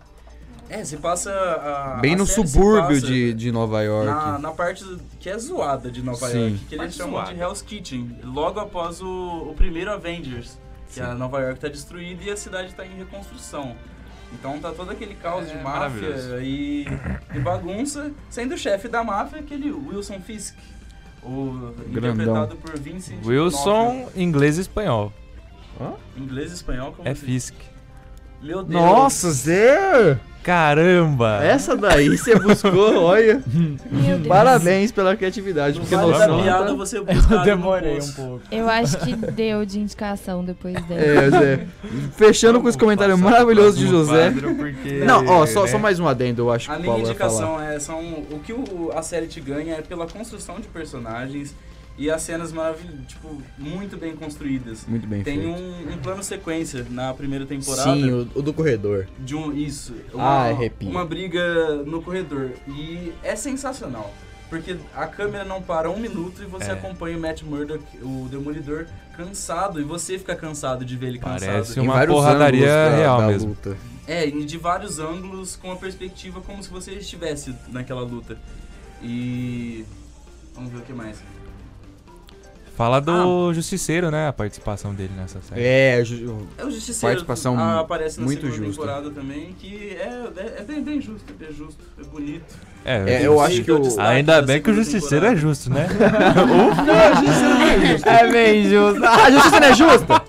É, se passa a,
bem
Ah, a
no
série se
subúrbio
passa
de, de Nova York.
na, na parte que é zoada de Nova
Sim.
York, que eles
Parte
chamam de
zoada.
Hell's Kitchen, logo após o, o primeiro Avengers. que a Nova York tá destruída e a cidade tá em reconstrução. Então tá todo aquele
É
caos de máfia
maravilhoso.
e, e bagunça, sendo o chefe da máfia aquele Wilson Fisk, o
Grandão.
interpretado por Vincent D'Onofrio.
Wilson, inglês e espanhol.
inglês e espanhol como
É
se-
Fisk.
Meu Deus.
Nossa, Zé!
Caramba!
Essa daí você buscou, olha.
Meu Deus.
Parabéns pela criatividade.
No
Porque é
vale
vamos
da
lá.
noção.
piada
(laughs)
você busca água no
Demorei um
poço.
pouco.
Eu acho que deu de indicação
(laughs)
depois dela.
É, Zé. Fechando com esse comentário maravilhoso de José. Não, ó, só, só mais um adendo, eu acho que
É, né? A
o
minha
Paulo vai falar.
indicação é são o que o- a série te ganha é pela construção de personagens e as cenas maravilhosas, tipo, muito bem construídas.
Muito bem
Tem
feito.
um, um plano sequência na primeira temporada
Sim, o, o do corredor.
de um isso, uma,
Ah, arrepio.
uma briga no corredor e é sensacional. Porque a câmera não para um minuto e você
É.
acompanha o Matt Murdock, o Demolidor, cansado. E você fica cansado de ver ele cansado.
Parece
Em
uma
vários
porradaria
ângulos da-
real
da
mesmo.
luta.
É, e de vários ângulos, com a perspectiva como se você estivesse naquela luta. E. Vamos ver o que mais.
Fala do Justiceiro, né? A participação dele nessa série.
Ah. É, ju- (laughs)
É o Justiceiro.
Participação
ah, aparece na
muito
segunda
justa.
temporada também, que é, é, é bem, bem justo, é justo, é bonito.
É,
é, eu acho que o.
Sim.
Ainda bem que o Justiceiro é justo,
(laughs)
né?
É bem justo.
Ah, a justiça não é justa!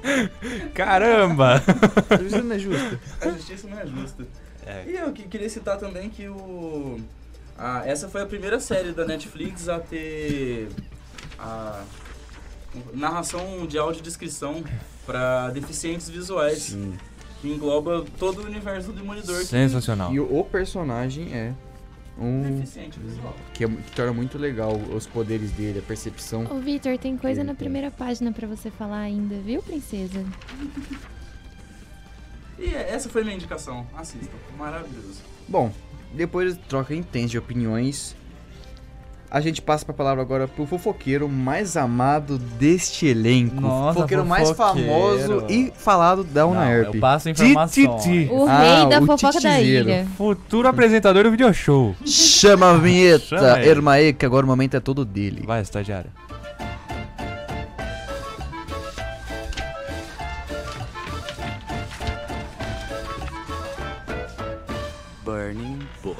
Caramba!
A justiça não é justa.
A justiça não é justa.
É,
E eu que- queria citar também que o. Ah, essa foi a primeira série da Netflix a ter. A narração de audiodescrição para deficientes visuais.
Sim.
que engloba todo o universo do Demolidor.
Sensacional.
E o, o personagem é
Que é
um.
deficiente visual.
Que, é, mu- que torna muito legal os poderes dele, a percepção.
Ô, Vitor, tem coisa na
Eita.
primeira página pra você falar ainda, viu, princesa?
E é- essa foi minha indicação. Assistam. Maravilhoso.
Bom, depois de troca intensa de opiniões, a gente passa pra palavra agora pro fofoqueiro mais amado deste elenco.
Nossa,
fofoqueiro mais
fofoqueiro.
famoso e falado da
Não, é
UNAERP.
eu passo
Ti, ti,
informação.
ti.
O
Ah,
rei da
o
fofoca da
titizeiro.
ilha.
Futuro apresentador do video show.
Chama a
Chama
vinheta,
ele.
Ermaê, que agora o momento é todo dele.
Vai, estagiário.
Burning Book.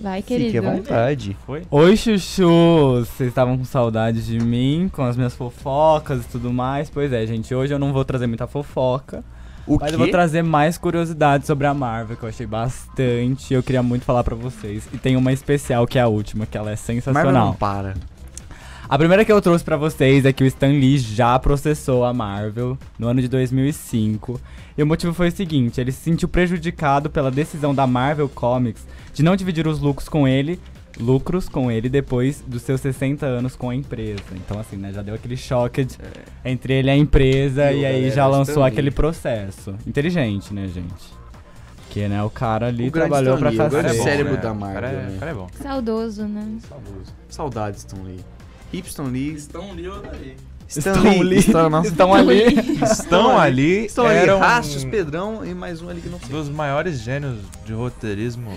Vai,
Fique à
querido.
vontade.
Foi?
Oi, Chuchu! Vocês estavam com saudade de mim, com as minhas fofocas e tudo mais? Pois é, gente, hoje eu não vou trazer muita fofoca,
O
mas eu vou
quê?
trazer mais curiosidades sobre a Marvel, que eu achei bastante. Eu queria muito falar pra vocês. E tem uma especial que é a última, que ela é
Marvel não
sensacional.
para.
A primeira que eu trouxe pra vocês é que o Stan Lee já processou a Marvel no ano de 2005. E o motivo foi o seguinte, ele se sentiu prejudicado pela decisão da Marvel Comics de não dividir os lucros com ele, lucros com ele depois dos seus 60 anos com a empresa. Então assim, né, já deu aquele choque de- entre ele e a empresa
É. E
e,
o
aí
galera
já
do Stan
lançou
Lee.
aquele processo. Inteligente, né, gente? Porque, né, o cara ali
O grande
trabalhou
Stan
pra É
Lee, o grande
Cara,
cacete.
bom,
(laughs)
cérebro
né?
da
O cara
Marvel,
é-
né?
O cara é bom.
Saudoso, né?
Saudades, Stan Lee. Hipston Lee.
Estão ali ou daí?
Stan Lee. Stan,
(laughs)
nossa.
Estão ali.
Estão ali.
Stan Lee,
eram
Rastros, Pedrão e mais um ali que não sei.
dos maiores gênios de roteirismo.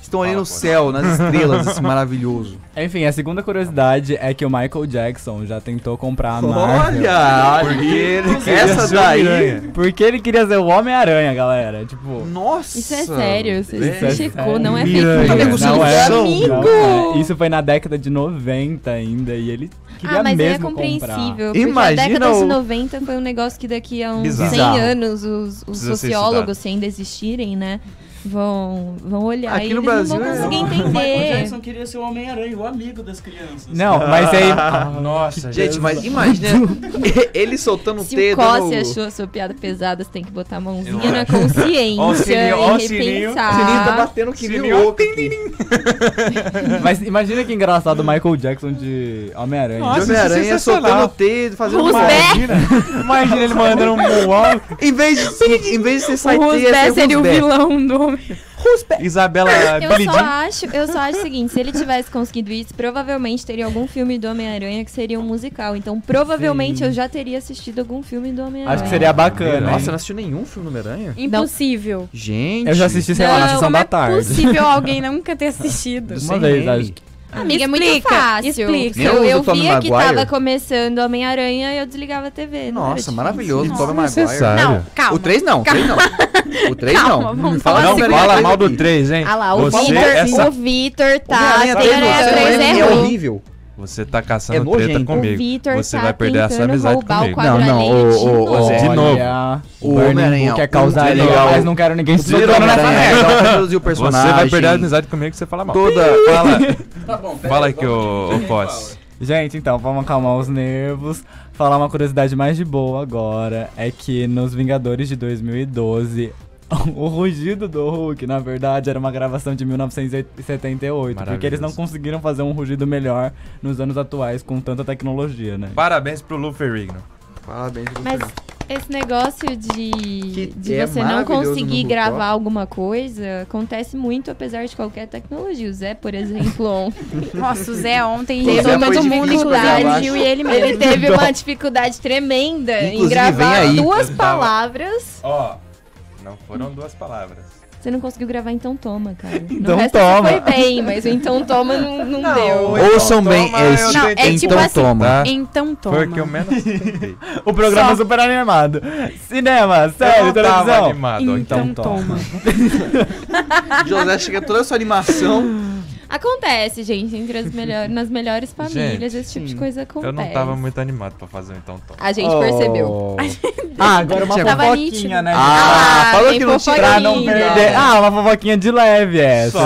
Estão ali
Fala,
no
pô.
céu, nas estrelas, esse (laughs) maravilhoso.
Enfim, a segunda curiosidade é que o Michael Jackson já tentou comprar a Marvel.
Olha!
Porque ele
Essa daí.
Porque ele queria ser o Homem-Aranha, galera. Tipo.
Nossa!
Isso é sério, você
Isso é
checou, não é fake
Miranha,
Tá
news.
negociando
não é,
com o
não
amigo!
é. Isso foi na década de 90 ainda e ele queria
Ah, mas aí é
mesmo comprar.
compreensível.
Imagina
porque a década
o-
de 90 foi um negócio que daqui a uns
Bizarro.
100 anos os, os
Precisa ser
sociólogos, se ainda existirem, né? Vão, vão olhar
Aqui
e
no
eles
Brasil
não
é-
vão conseguir
O Michael Jackson
entender.
queria ser o Homem-Aranha, o amigo das crianças.
Não, mas aí.
(laughs) Nossa,
Gente, mas
(laughs)
imagina (laughs) ele soltando o
Se o
dedo
Cossi
no...
achou a sua piada pesada, você tem que botar a
Eu
mãozinha
acho.
na
Ó o
consciência
sininho, ó o
e
sininho.
O sininho tá
repensar.
batendo que nem
Sininho.
louco aqui.
Mas imagina que engraçado o Michael Jackson de Homem-Aranha.
O
Nossa, isso é
Homem-Aranha
sensacional.
soltando o dedo, fazendo
Who's
uma...
back?
imagina, imagina ele mandando um moonwalk.
Em vez de, em vez de ser
O
saiteiro,
Rusbé seria o
vilão.
vilão do homem.
Isabela
Eu
É
Billy
só
Jean.
acho, eu só acho o seguinte, se ele tivesse conseguido isso, provavelmente teria algum filme do Homem-Aranha que seria um musical. Então, provavelmente eu já teria assistido algum filme do Homem-Aranha.
Acho que seria bacana.
Nossa,
hein?
eu não assistiu nenhum filme do Homem-Aranha?
Impossível.
Gente...
Eu já assisti, sei lá, na
Não,
é
sessão
não
da tarde.
É possível alguém nunca ter assistido.
Do
Uma
sem
vez,
ele.
acho que.
Amiga, é muito
Explica,
fácil.
explica.
Nem
Eu,
usa
eu
o Tobey
via que
Maguire.
tava começando Homem-Aranha e eu desligava a TV. não era
Nossa,
difícil.
maravilhoso.
Nossa.
Tobey Maguire.
Necessário.
Não, calma.
O 3 não, o 3 não. O 3
Calma,
não.
vamos falar
Não
assim.
fala mal do 3, hein?
Ah lá, o
você,
Vitor,
essa-
o Vitor tá
Homem-Aranha é três não,
tentando-
Homem-Aranha
três
é
errou.
horrível.
você tá
É
caçando
nojento.
treta
O
O
comigo.
Vitor
Você
tá
vai perder essa
tentando
amizade
roubar
comigo.
o quadro
Não, não,
alheio de
o- o-
novo.
Zé, de novo.
O
O Homem-Aranha,
Homem-Aranha
o
quer causar
Zé
legal,
legal.
mas não quero ninguém se
Zero
jogando nessa
Homem-Aranha,
merda.
ela produziu o personagem.
Você vai perder a amizade comigo que você fala mal.
Toda...
Fala,
Tá bom, pera
fala
aí,
aqui,
vamos
ô,
de
ô
Power.
Foz.
Gente, então, vamos acalmar os nervos. Falar uma curiosidade mais de boa agora é que nos Vingadores de 2012, (laughs) o rugido do Hulk, na verdade, era uma gravação de 1978, porque eles não
Maravilhoso.
conseguiram fazer um rugido melhor nos anos atuais com tanta tecnologia, né?
Parabéns pro Lu Ferrigno.
Parabéns, Lucas.
Mas esse negócio
Que
de, de
é
você não
maravilhoso no
conseguir
rooftop.
gravar alguma coisa acontece muito apesar de qualquer tecnologia. O Zé, por
(laughs)
exemplo, ontem
Nossa, o Zé ontem
Inclusive,
irritou
foi
todo
difícil
mundo,
pra
inclusive
gravar.
o Gil e ele mesmo.
ele teve uma dificuldade tremenda em
Inclusive,
gravar
vem aí.
duas
Eu tava-
palavras.
Ó, não foram duas palavras.
Você não conseguiu gravar, então toma,
(laughs)
cara. No
Então
resto
toma.
Você foi bem, mas o então toma não, não, deu.
Ouçam
Então
bem
toma, eu
esse.
Não, é
tentei.
tipo
Então
assim,
toma.
Então toma.
Foi o que eu
(laughs)
menos tentei.
O programa é super animado. Cinema,
Tá
sério,
eu não tava
televisão.
animado.
Então,
Então,
toma.
José chega toda a sua animação.
Acontece, gente, entre as melhor, nas melhores famílias, esse tipo de coisa acontece.
eu não tava muito animado pra fazer o então toma.
A gente percebeu.
Oh.
ah, agora uma
Tinha-
Tava
fofoquinha, né?
Ah,
Ah,
falou
tem
que não tinha
Pra não
Fofoquinha.
perder. Ah, uma fofoquinha de leve é, essa.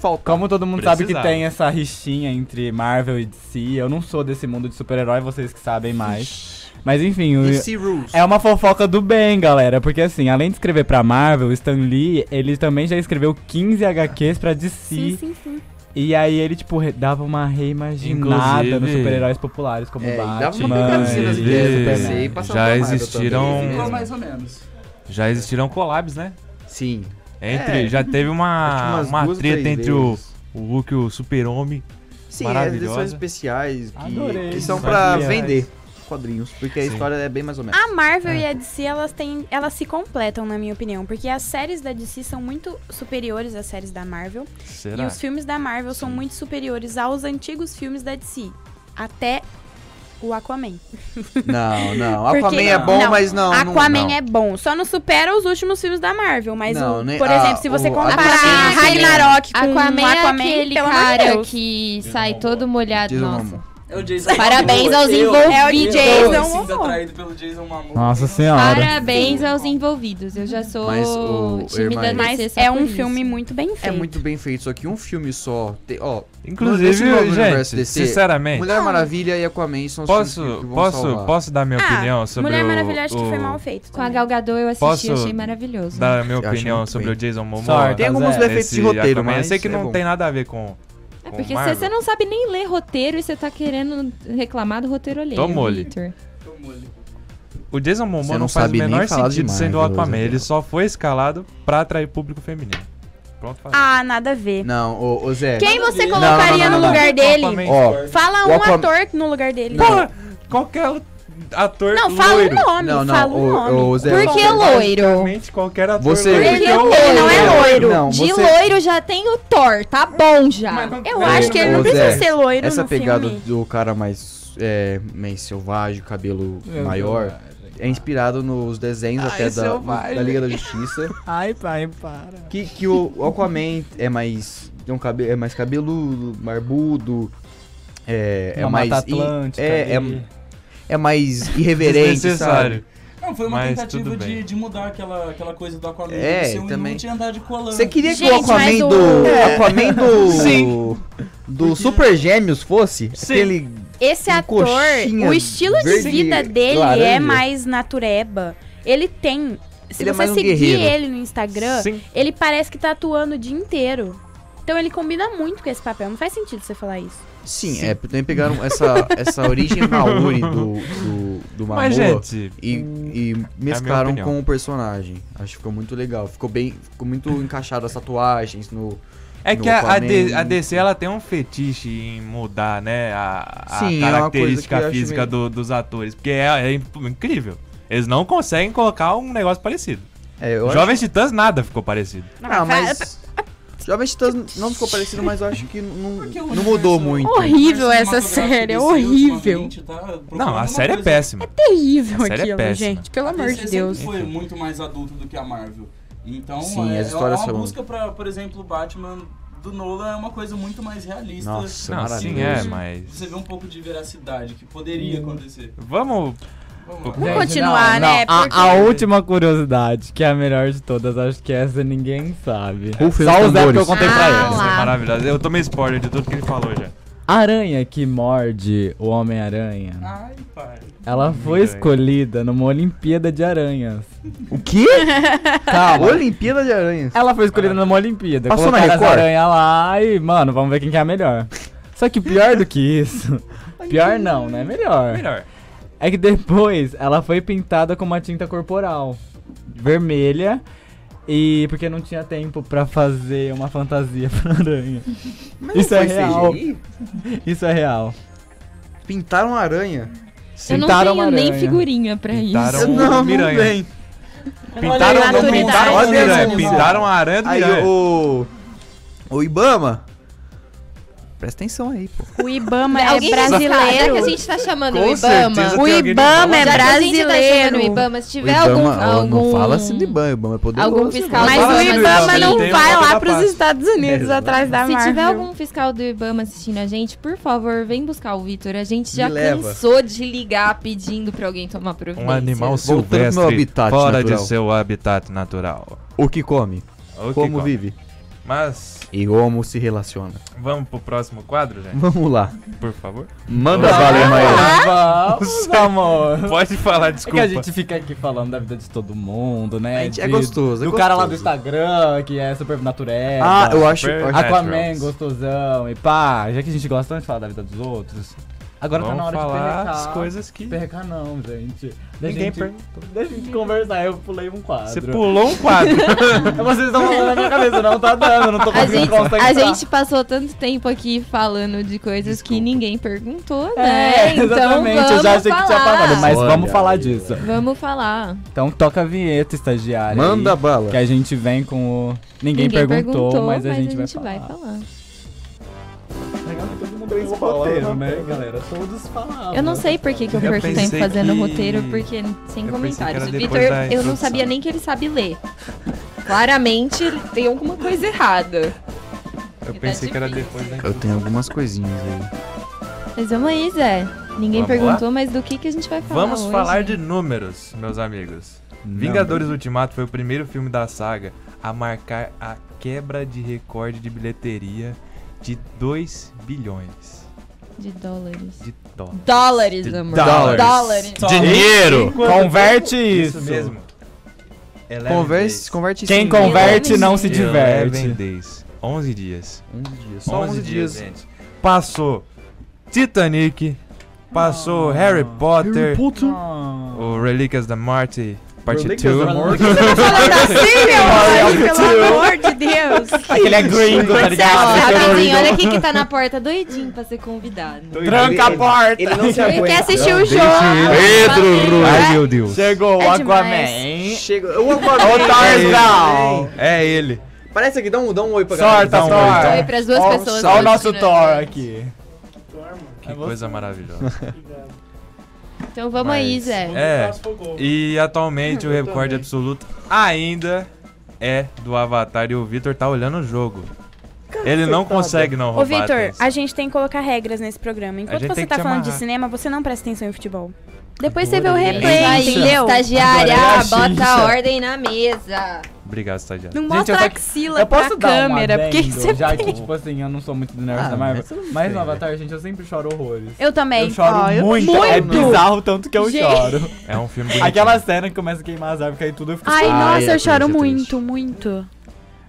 Só
Como todo mundo sabe que
Precisava.
tem essa rixinha entre Marvel e DC, eu não sou desse mundo de super-herói, vocês que sabem mais. Mas enfim, o-
DC Rules.
é uma fofoca do bem, galera, porque assim, além de escrever pra Marvel, o Stan Lee, ele também já escreveu 15 HQs pra DC.
Sim, sim, sim.
E aí ele, tipo, re- dava uma reimaginada nos
Inclusive-
super-heróis populares, como
É, e
Batman.
dava uma pegadinha nas ideias do
e-
PC e passava
já
pra Marvel
existiram-
também.
Ficou mais ou menos.
Já existiram collabs, né?
Sim.
Entre,
É.
já teve
Acho que
uma,
umas
Ah, uma
duas,
treta
três
entre o,
vezes.
o Hulk e o Super-Homem.
Sim, é
maravilhosa.
edições especiais
Adorei.
que, que são
Só
pra
reais.
vender quadrinhos, porque a
Sim.
história é bem mais ou menos.
A
É.
Marvel e a DC, elas têm, elas se completam, na minha opinião, porque as séries da DC são muito superiores às séries da Marvel
Será?
e os filmes da Marvel são muito superiores aos antigos filmes da DC, até o Aquaman.
Não, não.
Porque-
Aquaman é bom,
não,
mas não. não-
Aquaman
não.
é bom, só não supera os últimos filmes da Marvel, mas
Não,
o-
nem-
por
ah,
exemplo, se você
o é
comparar
Aquaman-
Ragnarok com
Aquaman,
Aquaman,
é aquele
pelo amor de
cara
Deus.
que sai todo molhado.
Jason
Nossa.
Momoa.
É o Jason
Parabéns
Momoa.
aos
Eu-
envolvidos.
É o
eu
Jason
me sinto
Momoa.
atraído pelo Jason Momoa.
Nossa senhora.
Parabéns aos envolvidos. Eu já sou
Mas o-
time da
irmã-
DC
Mas
só
é
por
um
isso.
filme muito bem feito.
É muito bem feito, só que um filme só. Tem, ó, Nesse novo
Inclusive,
universo
gente,
DC,
sinceramente,
Mulher Maravilha e Aquaman são os filmes que
posso,
vão
posso,
salvar.
posso dar minha
Ah,
opinião sobre
Mulher
o...
Maravilha acho que
o-
foi mal feito.
Com a
também.
Gal Gadot eu assisti,
Posso
achei maravilhoso.
Dar minha
Eu acho
opinião
muito
sobre
bem.
o Jason Momoa.
Sorte.
Tem alguns
Mas é,
defeitos de
nesse
roteiro,
Aquaman.
mas
Eu sei que
é
não
bom.
tem nada a ver com...
É
com
porque se
Marvel.
você não sabe nem ler roteiro e você tá querendo reclamar do roteiro alheio,
Tomou-lhe.
Victor.
O Jason
Você
Momoa
não
não, faz o
sabe nem
menor
falar
sentido
de
sendo o
Marvel,
Aquaman.
Isabel.
Ele só foi escalado pra atrair público feminino. Pronto, falei.
Ah, nada a ver.
Não, ô, ô Zé.
Quem você
Não,
não,
colocaria
não, não,
no lugar dele?
Aquaman.
Ó,
Fala
O
um
Aquaman-
ator no lugar dele.
Porra, qualquer ator
Não, fala o
loiro.
nome,
Não, não,
fala o,
o-
nome.
o Zé-
Porque é loiro.
Basicamente, qualquer ator
Você-
loiro.
Porque é
Ele
loiro.
não é
loiro. Não,
De
você-
loiro já tem o Thor, tá bom já.
Eu
Ô,
acho que ele não É,
ô,
precisa
Zé,
ser loiro
Essa
no
pegada
filme.
do cara mais, é, mais selvagem, cabelo maior, é inspirado nos
Ah,
desenhos até
é
da, da Liga da Justiça.
Ai, pai, para.
Que, que o o Aquaman é mais. É, um cabe, é mais cabeludo, barbudo. É, é
Uma
mais.
Mata
i-
Atlântica
é,
ali.
é, é mais irreverente, sabe?
Desnecessário.
Não, foi uma
Mas
tentativa
tudo
de,
bem.
de mudar aquela, aquela coisa do Aquaman.
É,
de ser um
também.
inútil e andar de colando.
Você queria que o
Gente,
Aquaman
(laughs)
mas o-
do.
É.
Aquaman do.
Sim.
Do Super Gêmeos fosse? Aquele.
Esse
um
ator,
coxinha
o estilo de
verde
vida dele
laranja.
é mais natureba. Ele tem. Se
Ele é
você
mais um
seguir
guerreiro.
ele no Instagram,
Sim.
ele parece que tá atuando o dia inteiro. Então ele combina muito com esse papel. Não faz sentido você falar isso.
Sim, é, também pegaram essa, essa origem Maori do, do, do Mamoa
Mas, gente,
e, e mesclaram
opinião.
com o personagem. Acho que ficou muito legal. Ficou bem. Ficou muito encaixado as tatuagens no.
é
no
que a, a
Aquaman.
D- a DC ela tem um fetiche em mudar, né? A, a
Sim, é uma
característica
coisa que eu acho
física
meio-
do- dos atores. Porque é, é incrível. Eles não conseguem colocar um negócio parecido.
É, eu acho-
Jovens Titãs, nada ficou parecido.
Não, é
Ah,
vai-
mas. Jovem Titãs não ficou parecido, mas eu acho que não,
Porque o
não mudou
universo-
muito.
Oi. Horrível
O universo
essa série, é
cinematográfico
horrível.
desse ultimamente tá procurando
Não, a
uma
série é
coisa-
péssima.
Terrível
A série é
aquilo,
péssima.
gente. Pelo
A
amor
DC
de Deus.
Sempre foi muito mais adulto do que a Marvel. Então,
Sim,
é,
as histórias
é uma
são-
busca pra, por exemplo, o Batman do Nolan é uma coisa muito mais realista.
Nossa,
Não,
maravilhoso.
sim, é, mas.
Você vê um pouco de veracidade que
Hum.
poderia acontecer.
Vamos.
Vamos lá.
Vamos
Vamos continuar, né?
A,
Porque-
a última curiosidade, que é a melhor de todas, acho que essa ninguém sabe.
Rufem
Só
os
o Zé que eu
tambores.
contei
Ah,
pra ele.
lá.
É maravilhoso. Eu tomei spoiler de tudo que ele falou já.
A aranha que morde o
Ah.
Homem-Aranha,
Ai, pai.
ela foi
Ninguém.
escolhida numa Olimpíada de Aranhas.
O quê?
Calma.
Olimpíada de Aranhas.
Ela foi escolhida numa Olimpíada.
Passou na
Colocaram as
Record?
aranha lá e, mano, vamos ver quem que é a melhor. Só que pior do que
(laughs)
isso. Pior não, né? Melhor.
Melhor.
É que depois ela foi pintada com uma tinta corporal vermelha. E porque não tinha tempo pra fazer uma fantasia (laughs) pra aranha. Isso é real. Isso é real.
Pintaram a aranha.
Eu não
Pintaram uma
tenho nem
aranha.
figurinha pra
Pintaram
um-
isso.
Não, não Miranha.
tem.
Pintaram,
aí,
não,
maturidade.
pintaram a
Olha
Miranha.
né?
essa
Pintaram a aranha do
Aí
Miranha.
o o Ibama. Presta atenção aí, pô.
O Ibama é
Alguém sabe, já
brasileiro.
que a gente tá chamando
Com
o Ibama.
certeza
O
tem alguém do
Ibama é
Já que a gente tá chamando
brasileiro.
o Ibama, se tiver algum, algum...
não fala assim do Ibama, o Ibama é poderoso.
algum fiscal
Mas
Fala
o
é
do
Ibama
Ibama,
não
tem
vai
uma
lá
outra
pros
parte.
Estados Unidos
né?
Exato.
atrás da
Se
Marvel.
tiver algum fiscal do Ibama assistindo a gente, por favor, vem buscar o Vitor. A gente já
Me leva.
cansou de ligar pedindo pra alguém tomar
Um
providência.
animal
pro meu
silvestre
habitat
fora
natural.
de seu habitat natural.
O que come,
O que
como
come.
vive
Mas
e como se relaciona.
vamos pro próximo quadro, gente,
Vamos lá.
por favor.
Manda bala, Emael.
Uhum.
(laughs)
Vamos, amor.
Pode falar,
É
Ah! desculpa.
que a gente fica aqui falando da vida de todo mundo, né?
A gente- é
De-
gostoso, é
Do cara lá do
gostoso.
Instagram, que é super natureza.
Ah, eu acho,
Super-
eu acho
Aquaman
Naturals.
gostosão e pá, já que a gente gosta tanto de falar da vida dos outros, agora
Vamos
tá na hora
falar
de perrecar.
as coisas que...
Perrecar não, gente. Da
Ninguém
gente,
perguntou.
Da gente conversar, eu pulei um quadro.
Você pulou um
(laughs)
quadro.
É Vocês estão falando na minha cabeça, não tá dando, não tô
A
conseguindo
gente,
concentrar.
a gente passou tanto tempo aqui falando de coisas que ninguém perguntou, né?
(laughs) É,
então
exatamente,
vamos
eu já achei que tinha
falar.
apagado, mas
Olha
vamos
aí.
falar disso.
Vamos falar.
Então toca a vinheta, estagiária.
Manda
aí,
bala.
Que a gente vem com o. Ninguém, perguntou, mas, a gente, vai, falar. Legal que todo mundo fez roteiro, né, galera? Todos falavam.
Eu não sei por que, que eu
Eu
perco
pensei
tempo fazendo
que-
roteiro, porque sem
que
comentários.
era
O
depois da
Vitor, eu não
introdução.
sabia nem que ele sabe ler. Claramente tem alguma coisa errada.
Eu pensei que era depois da
Tá
Eu tenho algumas coisinhas aí.
Mas vamos aí, Zé. Ninguém
Vamos
perguntou, mas do que, que a gente vai falar
Vamos
hoje?
falar de números, meus amigos. Vingadores Ultimato foi o primeiro filme da saga a marcar a quebra de recorde de bilheteria de 2 bilhões
De dólares.
de dólares.
Dólares,
De
amor.
dólares.
Dólares.
Dinheiro! Converte isso!
Isso mesmo. Elevem days.
Converse, converte isso
Quem
em-
converte não se
Elevem
diverte.
days. 11 dias.
11 dias. Um Só 11 dias.
gente. Passou Titanic, passou Ah, Harry
um
Potter, o Relíquias da Morte, parte
Relíquias
2.
da
(laughs)
Morte.
falando assim,
(laughs)
meu amor, pelo amor de Deus.
Ele é gringo, tá
Ah,
Marcelo, rapidinho,
ligado?
olha aqui que tá na porta, doidinho pra ser convidado.
Tranca a porta!
Ele é não se
Ele quer
aguenta.
assistir o jogo.
Ai meu Deus.
Chegou o
É demais.
Aquaman.
Chega. Eu
Ô, Tarzan!
É ele.
Parece aqui, dá um, dá um oi pra
Sorta,
Dá um
Thor!
Oi pras duas
Ó,
pessoas né?
Só o nosso
assistindo a
Thor
gente.
aqui.
Que coisa maravilhosa.
Então vamos aí,
Mas-
Zé.
É. E atualmente o recorde absoluto ainda é do Avatar e o Vitor tá olhando o jogo. Ele não consegue não
Ô,
roubar.
Vitor,
atenção.
a gente tem que colocar regras nesse programa. Enquanto
gente
você
tem
tá
que te
falando de
amarrar.
cinema, você não presta atenção em futebol. Depois você vê o
Adorei.
replay,
Isso aí,
é entendeu?
Estagiária,
Agora é a
bota
Xixa.
a ordem na mesa.
Obrigado, estagiário.
Não
Gente,
mostra
eu tô
a
aqui-
axila
Eu
pra
posso dar
câmera,
um
porque é
adendo,
você
já
tem.
que, tipo assim, eu não sou muito do universo
Ah,
da Marvel.
mas você não
Mas
tem,
no Avatar, gente, eu sempre choro horrores.
(laughs) Eu também.
Eu choro
Ah,
Ó,
(laughs)
eu-
muito, é
muito.
bizarro tanto que eu
Gente.
choro.
É um filme bonito.
Aquela cena que começa a queimar as árvores, cai tudo, eu fico...
Ai,
Ai, é
nossa, eu
triste, é
choro
triste.
muito, muito.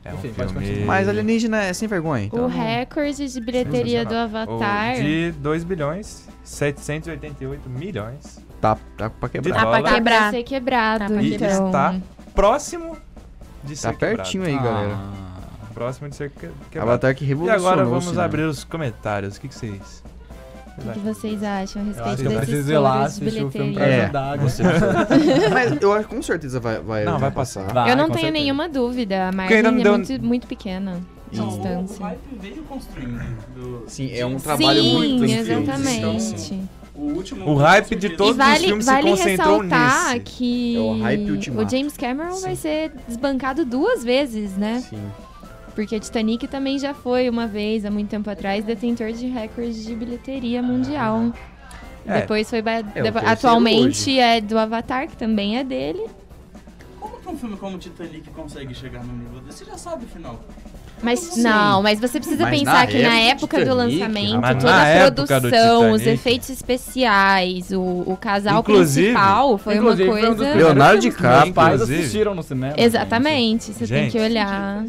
É um
Enfim, pode
filme...
continuar.
Mas alienígena é sem vergonha. Então.
o recorde de bilheteria do Avatar.
De 2 bilhões, 788 milhões.
Tá, tá pra quebrar.
Ah, pra
Dólar.
Vai
quebrar.
ser quebrado.
Tá pra
E
então.
está próximo de ser
Tá pertinho aí, galera.
Ah,
quebrado. Próximo de ser que- quebrado.
Avatar é que
E
revolucionou.
agora
o
vamos
cinema.
abrir os comentários. O que, que vocês...
O que que vocês acham a
Eu acho
respeito
que assim, eu
desses
preciso ir lá
touros de
assistir o filme pra
bilheteria?
É.
ajudar.
Você-
(laughs) Mas eu acho que com certeza vai. vai
Não, vai passar.
Vai,
Eu não
Ah, com
tenho
certeza.
nenhuma dúvida. A
Porque
margem
ainda
é
não deu-
muito, muito pequena.
E
Sim.
então, o
Distância.
hype veio construindo. né, do-
Sim, é um
Sim,
trabalho
Sim,
muito difícil.
então,
exatamente.
Sim, sim. O, último,
O hype de
surgido-
todos os
e vale,
filmes se
vale
concentram
ressaltar
nesse.
que
É o hype ultimato.
o James Cameron vai
Sim.
ser desbancado duas vezes, né?
Sim.
Porque Titanic também já foi uma vez, há muito tempo atrás, detentor de recordes de bilheteria mundial.
É.
Depois foi. ba-
o terceiro
atualmente é do Avatar, que também é dele.
Como que um filme como Titanic consegue chegar no nível desse? Você já sabe o final.
Mas
assim?
Sim.
não, mas você precisa
Mas
pensar
na
que na época
época do
do
Titanic,
lançamento,
rapaz.
toda
Mas na
a
época do
produção, os
Titanic-
efeitos especiais, o, o casal
Inclusive-
principal foi
Inclusive,
uma
foi um dos
coisa.
primeiros
Leonardo
filmes que
DiCaprio,
Meus pais
inclusive.
assistiram no cinema. gente.
Exatamente, você tem
Gente.
que olhar.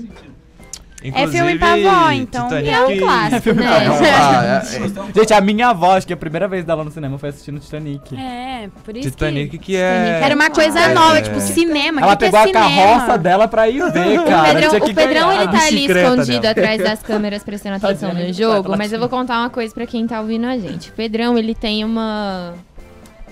É filme pra vó, então.
E
Titanic-
é um clássico, né?
Ah, é- é-
Gente, a minha avó, acho que a primeira vez dela no cinema foi assistindo Titanic.
É, por isso que...
Titanic que é...
Era uma coisa nova,
É.
tipo cinema.
Ela
que que é
pegou a
cinema?
carroça dela pra ir ver,
(laughs) O
cara.
Pedrão,
Tinha que
o Pedrão,
ganhar.
ele tá ali
bicicleta
escondido
dela.
atrás das câmeras prestando atenção
Tadinha,
no
ele
jogo,
tá
mas eu vou contar uma coisa pra quem tá ouvindo a gente. O Pedrão, ele tem uma.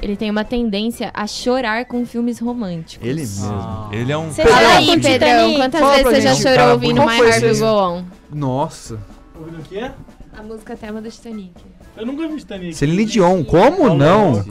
Ele tem uma tendência a chorar com filmes românticos.
Ele mesmo.
Ele é um...
Você
Fala
Fala
aí,
com
Pedrão,
Titanic.
quantas
Fala pra
vezes você
gente,
já
cara,
chorou ouvindo
qual
My
foi
Heart Will
esse-
Go On?
Nossa.
Ouvindo o quê?
A música tema do Titanic.
Eu nunca vi Titanic.
Celine Dion, como não?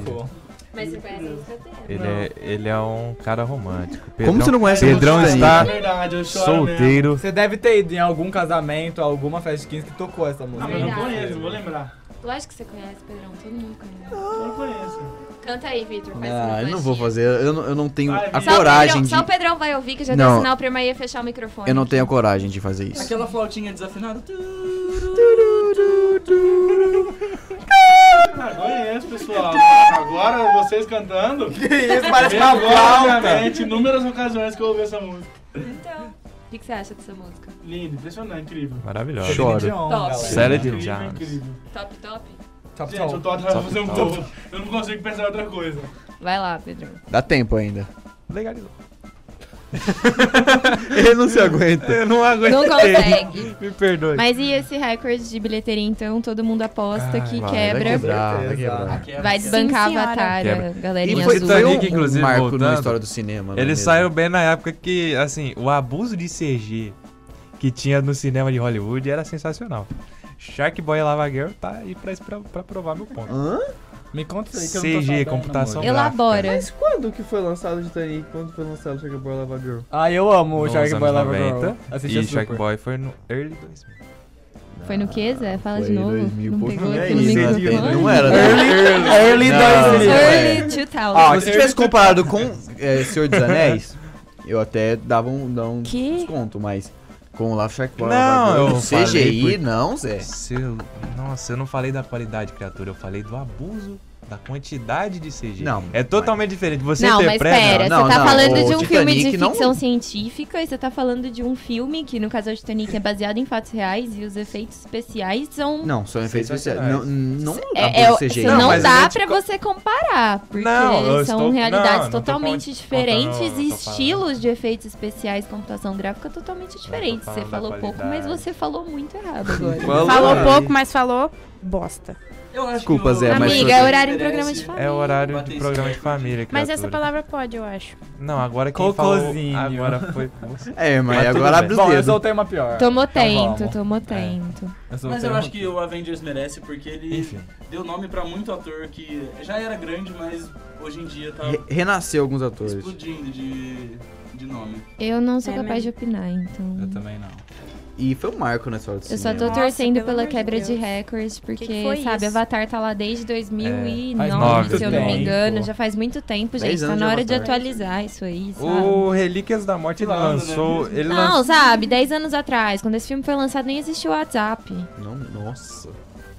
Mas você conhece a música tema.
Ele é, ele é um cara romântico.
Como você não conhece
Pedrão
o Titanic?
É
está
verdade, eu choro mesmo.
solteiro.
Você deve ter ido em algum casamento, alguma festa de 15 que tocou essa música.
Ah, mas eu não
Verdade.
conheço, vou lembrar.
Lógico que você conhece, Pedrão, todo mundo conhece.
Eu não conheço.
Canta aí, Vitor, faz
Ah,
uma
eu não
flash.
vou fazer. Eu não, eu não tenho
Vai,
a
Vitor.
Só o
coragem
Pedrão-
de.
Só um o Pedrão vai ouvir que eu já
Não.
deu sinal pra Maria fechar o microfone.
Eu não tenho a coragem de fazer isso.
Aquela flautinha desafinada. tu-
Ah, conheço, pessoal. Agora vocês cantando. Que isso, parece uma flauta. inúmeras ocasiões que eu ouvi essa música.
Então, o que, que você acha dessa música?
Lindo, impressionante, incrível.
Maravilhoso.
Show. Choro.
Celine Dion,
Top.
galera.
Sério? Sarah
incrível,
Jones.
incrível.
Top, top?
Top,
Gente, o
top.
Todd vai
Top,
fazer um
top.
topo. Eu não consigo pensar em outra coisa.
Vai lá, Pedrão.
Dá tempo ainda.
Legalizou.
Ele não se aguenta.
Eu não aguento.
Não consegue.
Me perdoe.
Mas e esse recorde de bilheteria, então? Todo mundo aposta
Ah,
que
vai,
quebra.
quebra.
vai quebrar.
Quebra.
Vai desbancar
Sim,
a
senhora.
Avatar,
Quebra.
a galerinha
E foi
azul.
Titanic,
um- um
inclusive,
marco na
voltando,
história do cinema. não é
Ele
mesmo?
saiu bem na época que, assim, o abuso de CG que tinha no cinema de Hollywood era sensacional. Shark Boy e Lava Girl tá aí pra, pra, pra provar meu ponto.
Hã?
Me conta isso aí que eu não tô
CG,
sabendo,
computação
amor.
gráfica.
Elabora.
Mas quando que foi lançado o Titanic? Quando foi lançado o Shark Boy Lava Girl?
Ah, eu amo o
Nos
Shark
anos
Boy Lava
90,
Girl. Assistia
E Shark
super.
Boy foi no early 2000.
Foi no que, Zé? Fala de
Foi
novo.
2000
Não
pouco.
pegou
Não é
aqui no
isso, né?
microfone?
Não era, né?
Early, early
Não.
2000.
Early 2000.
Ó, se tivesse comparado com é, Senhor dos Anéis, eu até dava um, dava um
Que?
desconto, mas com o Love Shark Boy,
Não,
Lava Girl,
eu
CGI,
falei por-
não, Zé.
Seu- Nossa, É. eu não falei da qualidade, criatura. Eu falei do abuso, da quantidade de CG.
Não,
É totalmente diferente. Você né?
Não, mas
interpreta...
pera,
Não,
você tá
não,
falando
o
de um filme de
Titanic não-
ficção científica e você tá falando de um filme que, no caso, é o Titanic é baseado em fatos reais e os efeitos especiais são...
Não, são efeitos especiais. Não,
Sensacionais.
não
É, é,
abuso CGI.
você não,
Não, mas a
dá
gente
pra
co-
você comparar, porque
Não, eu
são
estou-
realidades
não, não tô
totalmente
falando-
diferentes
contando-
e
tô falando.
estilos de efeitos especiais, computação gráfica totalmente diferentes. Você
falando da
falou pouco, mas
qualidade.
você falou muito errado agora.
Falou pouco, mas falou bosta.
Eu acho
Desculpa,
que
Zé, mas-
Amiga, é horário de programa de família.
É o horário
Bater
de programa de
esquerda.
família, criatura.
Mas essa palavra pode, eu acho.
Não, agora quem
Cocôzinho.
falou... Agora foi você.
É, mas
Mas tudo
agora
bem.
abre os
Bom, eu
dedos.
soltei uma pior.
Tomou
Então
tento,
vamos.
É.
tomou tento.
soltei
Mas eu
uma-
acho que o Avengers merece porque ele
Enfim.
deu nome pra muito ator que já era grande, mas hoje em dia tá
Re- Renasceu alguns atores.
explodindo de, de nome.
Eu não sou
É
capaz de
mesmo.
opinar, então.
Eu também não.
E foi um marco na história do
Eu só
cinema.
tô
Nossa,
torcendo
pelo
pela
amor de
quebra de
Deus.
recordes, porque,
que foi
sabe,
isso?
Avatar tá lá
É,
desde 2009,
faz muito
se eu não me
tempo.
engano, já faz muito tempo,
Dez
gente, tá
anos
na
de
hora de
Avatar.
atualizar isso aí, sabe?
O Relíquias da Morte ele
Claro, né?
lançou. Ele
Não,
lançou.
sabe, 10 anos atrás, quando esse filme foi lançado, nem existia o WhatsApp.
Não, nossa.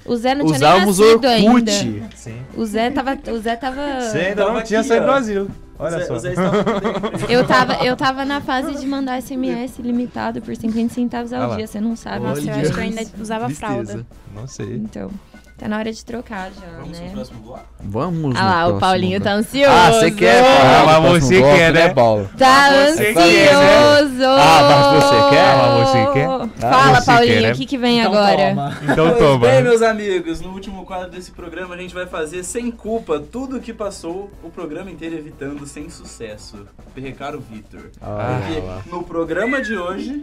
O Zé não
Usávamos
tinha nem nascido
Orkut.
ainda.
Sim.
O Zé tava... O Zé tava...
é
Você ainda não
Tava
tinha
aqui,
saído
ó.
do asilo. Olha
Zé,
só.
o Zé
(laughs)
estava tudo bem.
(laughs)
Eu tava, eu tava na fase de mandar SMS limitado por 50 centavos
Ah
ao
lá.
dia, você não sabe.
Nossa, eu
Olha.
acho que eu ainda usava fralda.
Não sei.
Então, tá na hora de trocar já,
Vamos pro
né?
próximo bloco?
Vamos
Ah lá,
no
o
próximo
Paulinho tá
bloco.
ansioso.
Ah, você quer Ah, falar
Ah,
do
mas
próximo
você
bloco, É
quer, né?
Paulo?
Tá
você quer,
ansioso.
né? Ah, mas você quer?
Ah,
você quer? Fala,
você
Paulinho,
quer, né?
o que que vem
Então
agora?
toma.
Então
Pois
toma.
bem, meus amigos, no último quadro desse programa a gente vai fazer sem culpa tudo o que passou o programa inteiro evitando sem sucesso. Perrecar o Vitor.
Ah,
Porque no programa de hoje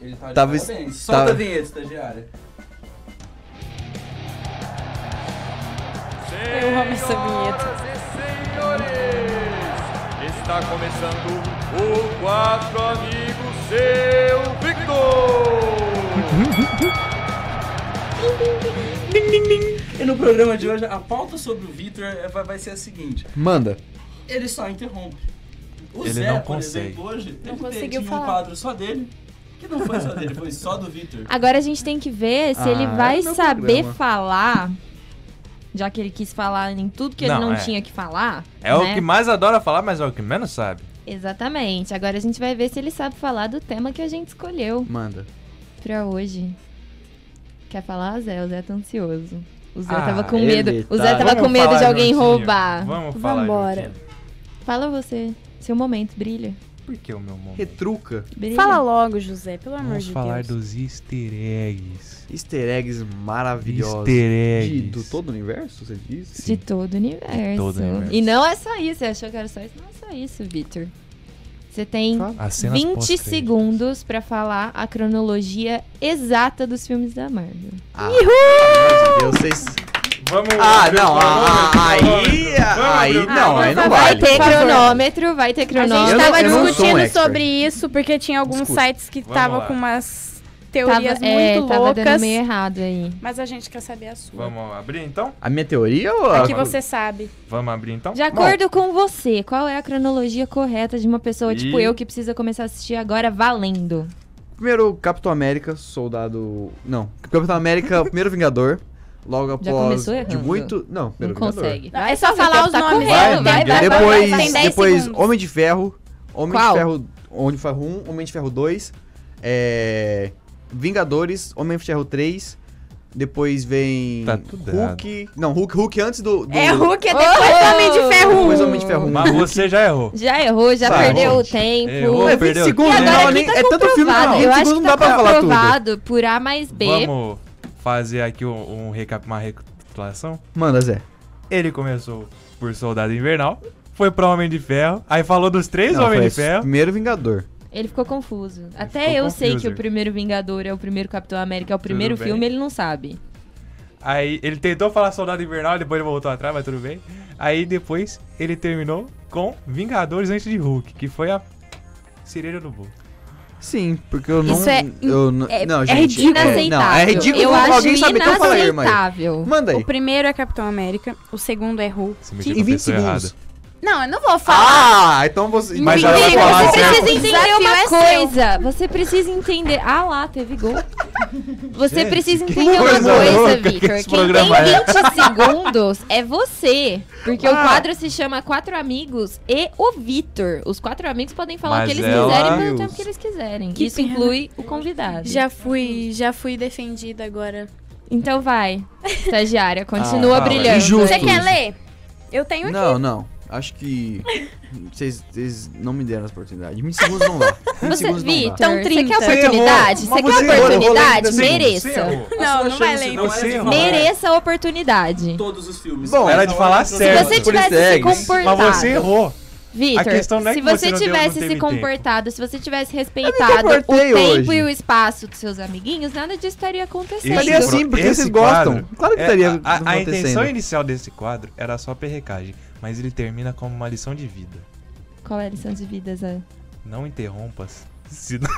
Ele tá de
Tava es-
parabéns.
tava-
Solta a vinheta, estagiária.
Eu amo essa vinheta.
Está começando o Quatro Amigos, seu Victor!
E no programa de hoje, a pauta sobre o Victor é- vai, vai ser a seguinte.
Manda.
Ele só interrompe. O
Ele
Zé,
não
por
consegue.
exemplo, hoje, teve,
conseguiu
tinha um
falar.
quadro só dele, que não foi só dele, foi só do Victor.
Agora a gente tem que ver se
Ah,
ele vai
é meu
saber
programa.
falar, já que ele quis falar em tudo que ele
Não,
não
é.
tinha que falar.
É o
né?
que mais adora falar, mas é o que menos sabe.
Exatamente. Agora a gente vai ver se ele sabe falar do tema que a gente escolheu
Manda.
pra hoje. Quer falar, Zé? O Zé tá ansioso. O Zé
Ah,
tava com
ele
medo. O Zé
tá-
tava
Vamos
com medo
falar,
de alguém
Joãozinho.
roubar.
Vamos falar,
Vambora.
Joãozinho.
Fala você. Seu momento, brilha.
Por que o meu momento?
Retruca.
Brilha.
Fala logo, José, pelo amor
Vamos
de
falar
Deus.
dos easter eggs.
Easter eggs maravilhosos.
Easter eggs.
De- do todo o universo, você diz?
De todo o universo.
De todo o universo.
E não é só isso. Você achou que era só isso? Não é só isso, Vitor. Você tem
As cenas
20
pós-créditos.
segundos pra falar a cronologia exata dos filmes da Marvel.
Ah, pelo amor de Deus, vocês...
Vamos.
Ah,
abrir então. o
não, ah, ah,
cronômetro.
aí,
Vamos abrir
aí,
o
não, aí não
Ah, vai
vale.
ter
Por favor.
cronômetro, vai ter
A gente
cronômetro.
Eu não-
tava
eu não sou um
discutindo
expert.
sobre isso porque tinha alguns
Escuta,
sites que
vamos
estavam
lá.
com umas
Tava-
teorias
é,
muito
tava dando
loucas.
meio errado aí.
Mas a gente quer saber a sua.
Vamos abrir então?
A minha teoria ou
É
a...
Aqui você sabe.
Vamos abrir então?
De acordo com você, qual é a cronologia correta de uma pessoa
E-
tipo eu que precisa começar a assistir agora valendo?
Primeiro, Capitão América, soldado... Não, Capitão América, (laughs) primeiro Vingador, logo
Já
após...
começou
De
errando.
muito... Não, primeiro
Não
Vingador.
consegue.
É só
fazer,
falar
o
os
tempo tá
nomes,
correndo, vai,
vai, vai,
vai,
vai,
depois,
vai, vai.
tem 10
depois
segundos.
Homem de Ferro, Homem
Qual?
de Ferro, Homem de Ferro 1, Homem de Ferro 2, é, Vingadores, Homem de Ferro 3, depois vem
Tá tudo
Hulk, não, Hulk, Hulk antes do, do
É Hulk, é depois
Oh!
Homem de Ferro
depois
1.
Homem de Ferro 1.
Mas você já errou.
Já errou, já
Tá,
perdeu
errou.
o tempo.
Errou.
é 20
perdeu.
segundos,
E
não
agora
dava
aqui
nem,
tá
é tanto filme que
comprovado.
não,
Eu
20
acho
segundos
que
não
tá
dá pra falar tudo.
comprovado por A mais B.
Vamos fazer aqui um, um recap, uma recapitulação.
Manda, Zé.
Ele começou por Soldado Invernal, foi pro Homem de Ferro, aí falou dos três
Não,
Homens
foi
de Ferro.
Primeiro Vingador.
Ele ficou confuso. Até
ficou
eu sei que
confuso.
o primeiro Vingador é o primeiro Capitão América, é o primeiro
bem.
filme, ele não sabe.
Aí ele tentou falar Soldado Invernal, depois ele voltou atrás, mas tudo bem. Aí depois ele terminou com Vingadores antes de Hulk, que foi a cereja do bolo.
Sim, porque eu não.
Isso é
eu não,
é-
não,
é
gente,
inaceitável.
não, é ridículo
eu acho
alguém saber que eu falei, irmã.
inaceitável.
Manda aí.
O primeiro é Capitão América, o segundo é Hulk.
Se mexeu
Em
com a
20
pessoa
segundos.
errada.
Não, eu não vou falar.
Ah, então você.
Mas
ela vai
Rodrigo,
falar
"Ah, você
certo.
precisa entender
Desafio é
uma
seu.
coisa. Você precisa entender. Ah lá, teve gol. Você
Gente,
precisa
que
entender uma
coisa
coisa,
louca que
Victor.
esse
Quem
programa é.
tem 20 segundos é você. Porque o quadro se chama Quatro Amigos e o Victor. Os quatro amigos podem falar o
Mas
que eles
ela-
quiserem pelo
Deus.
tempo que eles quiserem.
Que
Isso
pena.
inclui o convidado.
Já fui, já fui defendida agora.
Então vai, estagiária, continua
Ah,
brilhando.
tá, injusto.
Você quer ler? Eu tenho aqui.
Não, não. Acho que. Vocês vocês não me deram essa oportunidade. 20 segundos não dá. 20
Você,
segundos não dá.
Vitor,
Então,
você quer
30.
oportunidade?
Você
Você
errou, mas
quer
você errou,
oportunidade?
rolando ainda Você
Mereça.
é errou.
A
(laughs) Não,
sua
não vai
chance
ler. então.
não
Você
era de
errou.
falar
Mereça a oportunidade.
todos os filmes. é
Bom,
Era de falar
Se
certo.
você
Por
tivesse
isso é
se
que- Mas
comportado.
Mas você errou.
Vitor,
A questão não é
se
que você
você
não deu-
tivesse
não
se
teve
comportado, se você tivesse respeitado o
comportei
tempo
hoje.
e o espaço dos seus amiguinhos, nada disso estaria acontecendo.
Estaria
Esse
assim, porque
pro-
vocês
esse
gostam.
quadro
Claro que
É,
estaria
a- a, a
acontecendo.
intenção é inicial desse quadro era só perrecagem, mas ele termina como uma lição de vida.
Qual é a lição de vida, Zé?
Não interrompas, se não,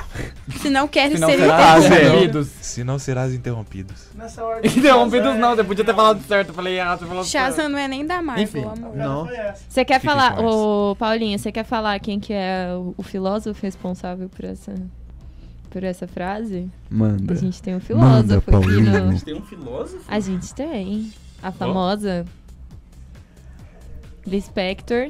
Se não quer ser
Ah, Zé.
interrompidos.
se não serás interrompidos.
Nessa
(laughs)
(laughs)
ordem. é.
Interrompidos não,
né?
você podia ter falado certo. Eu falei, ah, você falou certo.
Shazam não é nem da Marvel,
Enfim.
amor.
Não.
Foi essa.
Você quer
Fiquem
falar,
com essa.
ô Paulinho, você quer falar quem que é o, o filósofo responsável por essa, por essa frase? A
Manda.
gente tem um
Né.
filósofo
Manda,
aqui no,
(laughs) Paulinho.
Tem um filósofo?
A gente tem. A famosa. Lispector.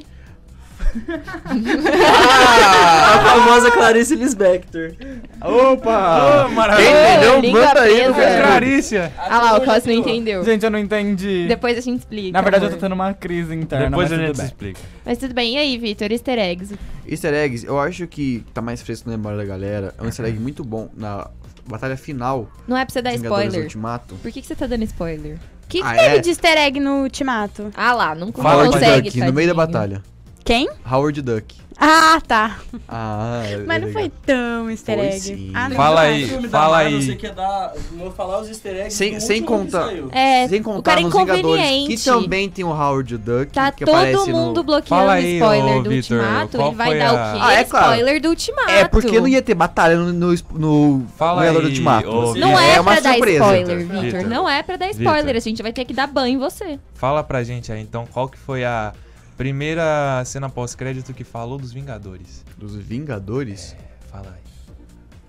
Ah,
A famosa Clarice Lispector.
Opa! Quem
maravilha!
Ah,
entendeu,
língua
manda aí no
presa.
cara.
Clarícia!
Ah lá, o Cosmo entendeu.
Gente, eu não entendi.
Depois a gente explica.
Na verdade, eu
amor.
tô tendo uma crise interna,
Depois a
mas tudo
gente
bem.
explica.
Mas tudo bem. E aí, Vitor? Easter eggs.
Easter eggs, eu acho que tá mais fresco na memória da galera. É um easter egg muito bom na batalha final
Não é pra você dar
de Vingadores
spoiler.
Ultimato.
Por que, que você tá dando spoiler?
O que, que
Ah,
teve
é?
de easter egg no Ultimato?
Ah lá, não, não
Fala,
Fala de
consegue.
Dark no meio
tadinho.
da batalha.
Quem?
Howard Duck.
Ah, tá.
Ah, é
Mas não
legal.
foi tão easter
Foi
egg.
sim.
Ah, não,
Fala
não
aí.
acho.
filme
fala
da Marvel,
aí.
Você quer dar, vou falar os easter eggs
Sem-
do
sem
último que
contar.
saiu.
É,
Sem
o
contar
cara
nos Vingadores,
inconveniente.
que também tem o Howard Duck,
Tá
que
todo
aparece
mundo
no...
bloqueando
Fala
o
aí,
spoiler
ô,
do
Vitor,
Ultimato.
qual
Ele vai
foi
dar
a-
o quê?
Ah, é claro.
Spoiler do Ultimato.
É, porque não ia ter batalha no, no, no
Fala
Vingador
aí,
Ultimato.
ô,
Não
Vitor.
é,
uma
pra dar
surpresa.
spoiler,
Vitor.
Vitor.
Vitor.
Não é pra dar spoiler.
Vitor.
A gente vai ter que dar banho em você.
Fala pra gente aí, então, qual que foi a primeira cena pós-crédito que falou dos Vingadores?
Dos Vingadores?
Fala aí.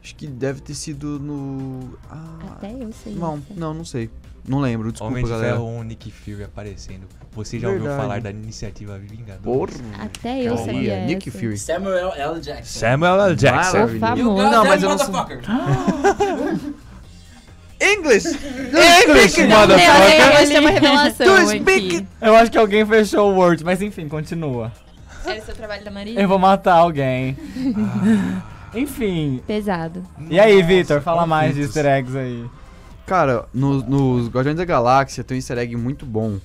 Acho que deve ter sido no... Ah,
Até eu sei. né?
não, não, não sei. Não lembro, desculpa,
Homem de
galera.
Ferro 1, Nick Fury aparecendo. Você já ouviu
Verdade.
falar da iniciativa Vingadores?
Porra.
Até eu
Calma.
sabia.
Ih, Nick
essa.
Fury.
Samuel L. Jackson.
Samuel L. Jackson.
O
Maravilhoso.
famoso.
Não, mas eu não sou-
motherfucker.
English!
English,
Meu Deus,
motherfucker!
eu achei uma revelação
Do
aqui.
speak-
Eu acho que alguém fechou o Word, mas enfim, continua.
Esse é o trabalho da Maria.
Eu vou matar alguém. enfim.
Pesado.
E aí, Vitor, fala mais de
conflitos.
easter eggs aí.
Cara, no- nos Guardiões da Galáxia tem um easter egg muito bom.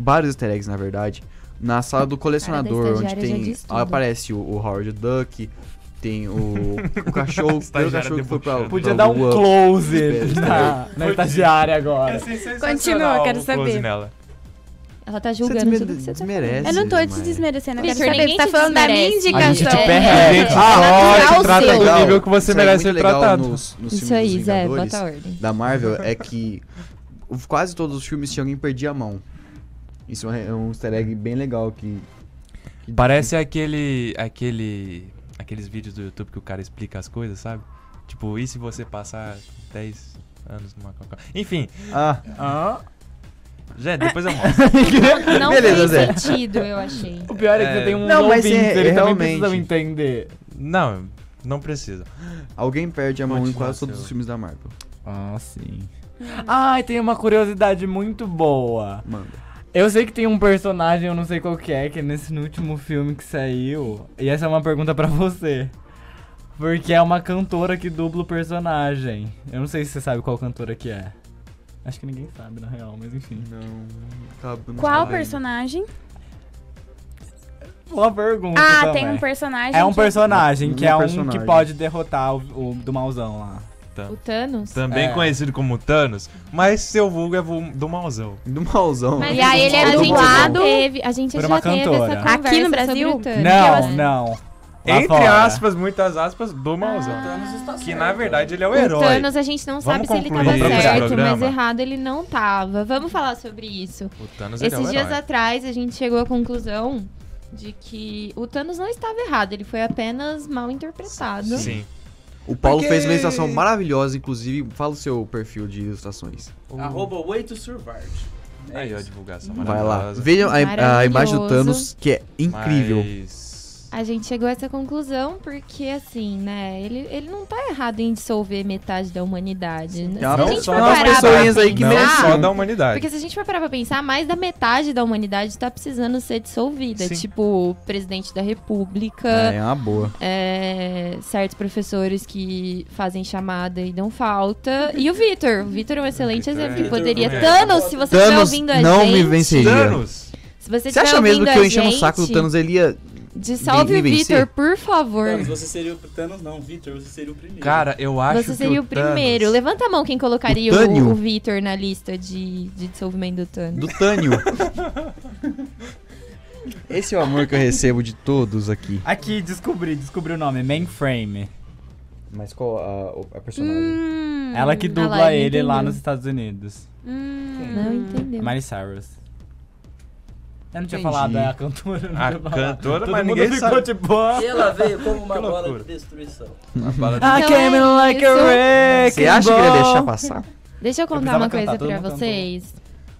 Vários easter eggs, na verdade. Na sala do colecionador, onde
estagiária já
tem.
diz tudo.
Aparece o, o Howard Duck, tem o, o cachorro. tem o
Estagiária
cachorro que foi pra.
debochada.
Podia
pra
dar um
lua.
close na, na estagiária
É
agora.
sensacional
Continua, quero
o close
saber.
nela.
Ela tá
Você
julgando
desme-
tudo que você tá
desmerece.
Eu não tô te
mas-
desmerecendo, eu quero
Vitor,
saber. Você
ninguém
tá
te
falando da minha
desmerece.
indicação.
A gente te
perde,
É.
gente.
Natural
Ah, ó, te trata
seu.
do nível
que você
Isso aí é
merece
muito
ser
legal
tratado.
Nos, nos
Isso
filmes dos
aí, Zé,
Vingadores
bota a ordem.
Da Marvel é que o- quase todos os filmes tinha alguém perdia a mão. Isso é um easter egg bem legal que. que-
Parece aquele, aquele, aqueles vídeos do YouTube que o cara explica as coisas, sabe? Tipo, e se você passar 10 anos numa Coca? Enfim,
Ah,
Ah.
já, é, depois eu
(laughs)
mostro.
Não
Beleza,
Beleza,
Zé.
fez sentido, eu achei.
O pior é que
É.
você tem um
Não,
não,
mas
ouvintes,
é- é
eles também
realmente.
precisam entender.
Não, não precisa.
alguém perde a mão em
Continua,
quase todos
seu.
os filmes da Marvel.
Ah, sim. Ah, e tem uma curiosidade muito boa.
Manda.
Eu sei que tem um personagem, eu não sei qual que é, que é nesse último filme que saiu. E essa é uma pergunta pra você. Porque é uma cantora que dubla o personagem. Eu não sei se você sabe qual cantora que é. Acho que ninguém sabe, na real, mas enfim.
Não. tá- não
Qual
sei.
personagem?
Boa pergunta
Ah,
também.
tem um personagem.
É um
que-
personagem,
Um
que é um
personagem.
que pode derrotar o, o do mauzão lá.
O Thanos?
Também
É.
conhecido como Thanos, mas seu vulgo é vulgo do mauzão.
Do malzão.
Mas
E aí ele era
a gente já
dublado
teve, a gente
por
já
uma
teve
cantora.
essa conversa
Aqui no
sobre
Brasil?
o Thanos. Então, assim,
Não, é não. Lá
Entre
fora.
aspas, muitas aspas, do mauzão.
então tá
que na verdade ele é o
O
herói.
Thanos a gente não sabe
Vamos
se ele
concluir
tava
esse
certo, mas
programa.
errado ele não tava. Vamos falar sobre isso.
O Thanos ele é o
Esses dias
herói.
atrás a gente chegou à conclusão de que o Thanos não estava errado, ele foi apenas mal interpretado.
Sim.
O Paulo
Porque-
fez uma ilustração maravilhosa, inclusive. Fala o seu perfil de ilustrações.
Arroba Way to Survive. É
Aí, ó, a
isso.
divulgação
Vai lá.
maravilhosa.
Vejam a, a imagem do
Maravilhoso.
Thanos, que é incrível.
Mas...
A gente chegou a essa conclusão porque, assim, né, ele, ele não tá errado em dissolver metade da humanidade. né?
Tem uma
Se a
pessoa-
gente
só
for
das
parar pra
pessoinhas aí que
não
pensar-
mereciam.
só da humanidade.
Porque se a gente for parar pra pensar, mais da metade da humanidade tá precisando ser dissolvida.
Sim.
Tipo, o presidente da república,
É, é uma boa.
é, certos professores que fazem chamada e não falta. E o Vitor. O Vitor é um excelente
Vitor,
exemplo.
é.
que poderia.
Vitor, é.
Thanos, se você estiver
Thanos
ouvindo a
não
gente.
me venceria.
Thanos!
Se você
Você
estiver
acha mesmo
tá ouvindo
que
a
eu enchendo o
gente,
saco do Thanos, ele ia.
Dissolve
me
o
vencer?
Vitor, por favor.
Thanos, você seria o Thanos, não, Victor, você seria o primeiro.
Cara, eu acho
Você
que
seria o primeiro.
Thanos-
Levanta a mão quem colocaria
O
o,
Tânio?
o Vitor na lista de, de dissolvimento do Thanos.
Do Tânio. (laughs) Esse é o amor que eu recebo de todos aqui.
Aqui, descobri, descobri o nome, Mainframe.
Mas qual a, personagem?
Hum,
Ela que
Ah lá,
dubla
ele
ele lá
entendeu.
nos Estados Unidos.
hum.
Não entendeu.
Miley Cyrus. Eu não tinha
Entendi.
falado é a cantora. não
A
tinha falado.
cantora,
Todo
mas
mundo
ninguém
ficou
sabe.
tipo... "Ah,
Ela veio
(laughs)
como uma
Que
bola
loucura.
de destruição.
I
Então
came
é
in like
isso.
a wreck
Você acha que ele ia
ball."
deixar passar?
Deixa eu contar
precisava
uma coisa
cantar, todo
pra
mundo
vocês.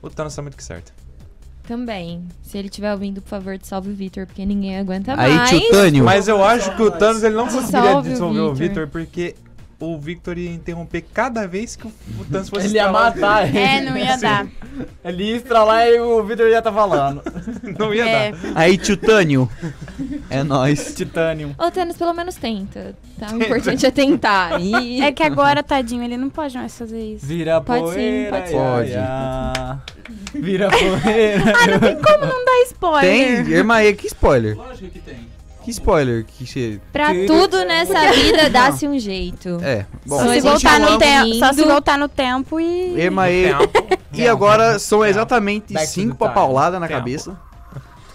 O Thanos tá muito que certo.
Também. Se ele estiver ouvindo, por favor, dissolve o Vitor, porque ninguém aguenta
Aí,
Tá mais.
tio Tânio.
Mas eu acho que o Thanos ele não conseguiria
Salve o
dissolver o Victor,
Victor.
porque o Victor ia interromper cada vez que o o Thanos fosse
Ele ia
estralar o
matar ele.
É, não ia dar.
(laughs)
Ele ia estralar e o Vitor ia tá falando.
dedo. Não ia
É.
dar.
Aí, tio Tânio. É nóis.
Titanium.
Ô, Thanos, pelo menos tenta. Tá? O importante é tentar. E...
É que agora, tadinho, ele não pode mais fazer isso.
Vira
Pode sim,
poeira.
pode
sim. Pode.
ia, ia. Vira poeira.
Tem como não dar spoiler?
Tem? Irmaê, que spoiler?
Lógico que tem.
Que spoiler? Que che...
Pra tudo nessa vida dá-se um jeito.
É, bom.
Só tá
Oi,
se,
gente,
voltar no
vamos
tempo, só se
indo.
voltar no tempo e.
Irmaê.
É.
E agora são exatamente
Back to
cinco
the
pra
time.
paulada na
Tempo.
cabeça.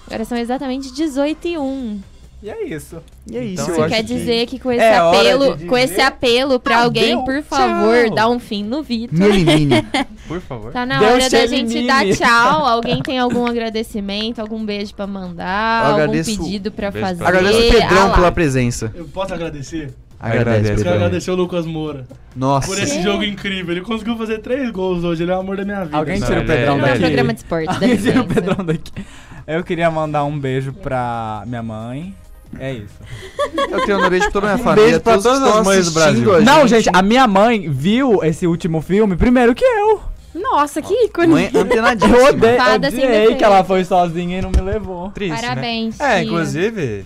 Agora são exatamente 18 e 1.
e é isso.
E é isso,
Então,
eu
Isso
acho
quer
que-
dizer que com esse
é hora de
apelo, com
dizer
esse apelo pra alguém,
adeus,
por favor,
tchau.
dá um fim no Vitor.
Me elimine.
Por favor.
Tá na
Deus
hora
te
da gente
elimine.
dar tchau. Alguém tem algum agradecimento, algum beijo pra mandar,
Eu
algum
agradeço-
pedido pra
Beijo pra
fazer?
Agradeço o
Ah
Pedrão
lá.
pela presença.
Eu posso agradecer?
Agradece,
Agradeço.
Eu quero
Pedrão.
agradecer o Lucas Moura
Nossa.
por esse jogo incrível. Ele conseguiu fazer três gols hoje, ele é o amor da minha vida.
Alguém
Não,
tira o
ele é-
Pedrão
Não é
daqui.
programa de
(laughs)
esporte, dá
Alguém tira o
licença.
Pedrão daqui. Eu queria mandar um beijo pra minha mãe. É isso.
Eu quero um beijo pra toda a minha
Um
família.
beijo pra
todos que
todas
estão
as mães do
assistindo
Brasil.
a
Não, gente, a minha mãe viu esse último filme primeiro que eu.
Nossa, que ícone.
Mãe é (laughs)
Eu
antenadíssima.
odeio,
Fada sem
odiei
defeito.
que ela foi sozinha e não me levou.
Triste, né?
Parabéns.
É,
tia.
inclusive,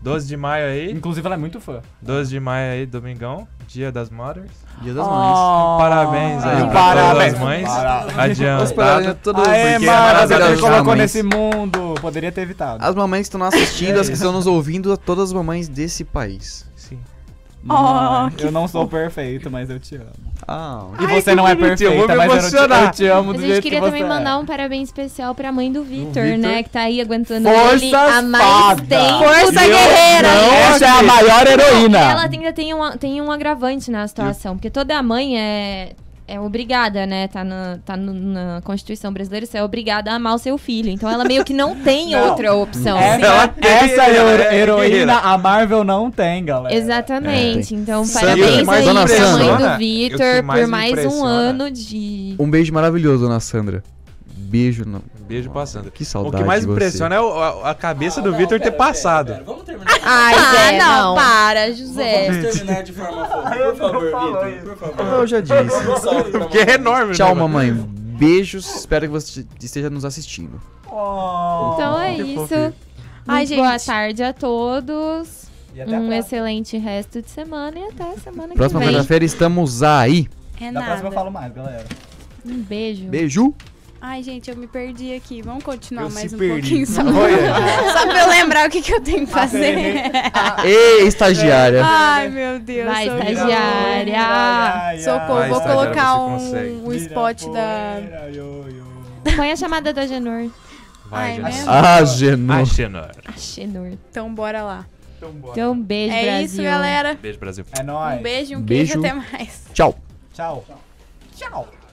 12 de maio aí,
Inclusive, ela é muito fã.
12 de maio aí, domingão, dia das mothers.
Dia das
Oh.
mães.
Parabéns aí
Ah,
pra
parabéns.
todas as mães.
Parabéns.
Os
Adiantado.
parabéns a todas
Aê,
porque é
mano,
maravilhosas
você me colocou
mamães.
nesse mundo. Poderia ter evitado.
As mamães que estão nos
É
assistindo, as que estão nos ouvindo, a todas as mamães desse país.
Sim.
Mamãe,
Oh, que
eu não sou perfeito, mas eu te amo.
Ah,
E você não é
bonitinho, eu vou
perfeita,
me
mas eu te- eu
emocionar.
te amo
Mas
do
a gente
jeito que
queria
você
também mandar
é.
um parabéns especial pra mãe do Vitor,
Vitor.
né? Que tá aí aguentando
Forças
ele há mais
fada.
tempo.
Força guerreira!
Não, essa é a maior heroína.
Ela ainda tem um, tem um agravante na situação, porque toda mãe é, é obrigada, né? Tá, na, tá no- na Constituição Brasileira, você é obrigada a amar o seu filho. Então ela meio que não tem
Não.
outra opção.
Essa, é
Ela tem,
essa é
ela
a
é
heroína
guerreira.
a Marvel não tem, galera.
Exatamente. Então,
Sangue,
parabéns
mas
aí
Dona
pra mãe
Sandra,
do
eu que
Vitor
mais
por
me
mais um
impressiona.
ano de.
um beijo maravilhoso, dona Sandra. Beijo, não.
um Beijo pra Sandra.
Que
O
saudade
que mais
de você.
impressiona é o- a, a
Ah,
cabeça
Ah,
do Victor ter passado.
Vamos terminar.
Ai, Zé, não.
para,
Vamos terminar de forma
(laughs)
fofa. Por favor, Vitor. Por
é
favor.
Eu já disse.
Um salve pra
Porque é
mamãe.
enorme, né,
Tchau,
mano?
mamãe. Beijos. Espero que você esteja nos assistindo.
Oh.
Então é
que
isso.
fofinho.
Ai,
Muito Boa
gente.
tarde a todos.
E até a
Um
próxima.
excelente resto de semana e até semana
Próxima
que vem.
quarta-feira estamos aí.
É
Da próxima eu
nada.
falo mais, galera.
Um beijo.
Beijo.
Ai, gente, eu me perdi aqui. Vamos continuar
Eu
mais
se
um
perdi.
pouquinho só.
Olha.
(laughs) Só pra eu lembrar o que, que eu tenho que
Ah,
fazer.
Ei, estagiária.
(laughs) Ai, meu Deus.
Vai,
socorro.
estagiária.
Socorro,
Vai,
vou
estagiária,
colocar
você
um,
consegue.
um spot da.
Põe a chamada da Genor.
Ai,
Vai,
né?
Genor.
Ah, Genô.
Agenor.
Genor.
Então, bora lá.
Então, um beijo,
é
Brasil.
isso, galera.
Beijo, Brasil.
É nóis.
Um beijo, um
Beijo.
queijo, até mais.
Tchau.
Tchau. Tchau.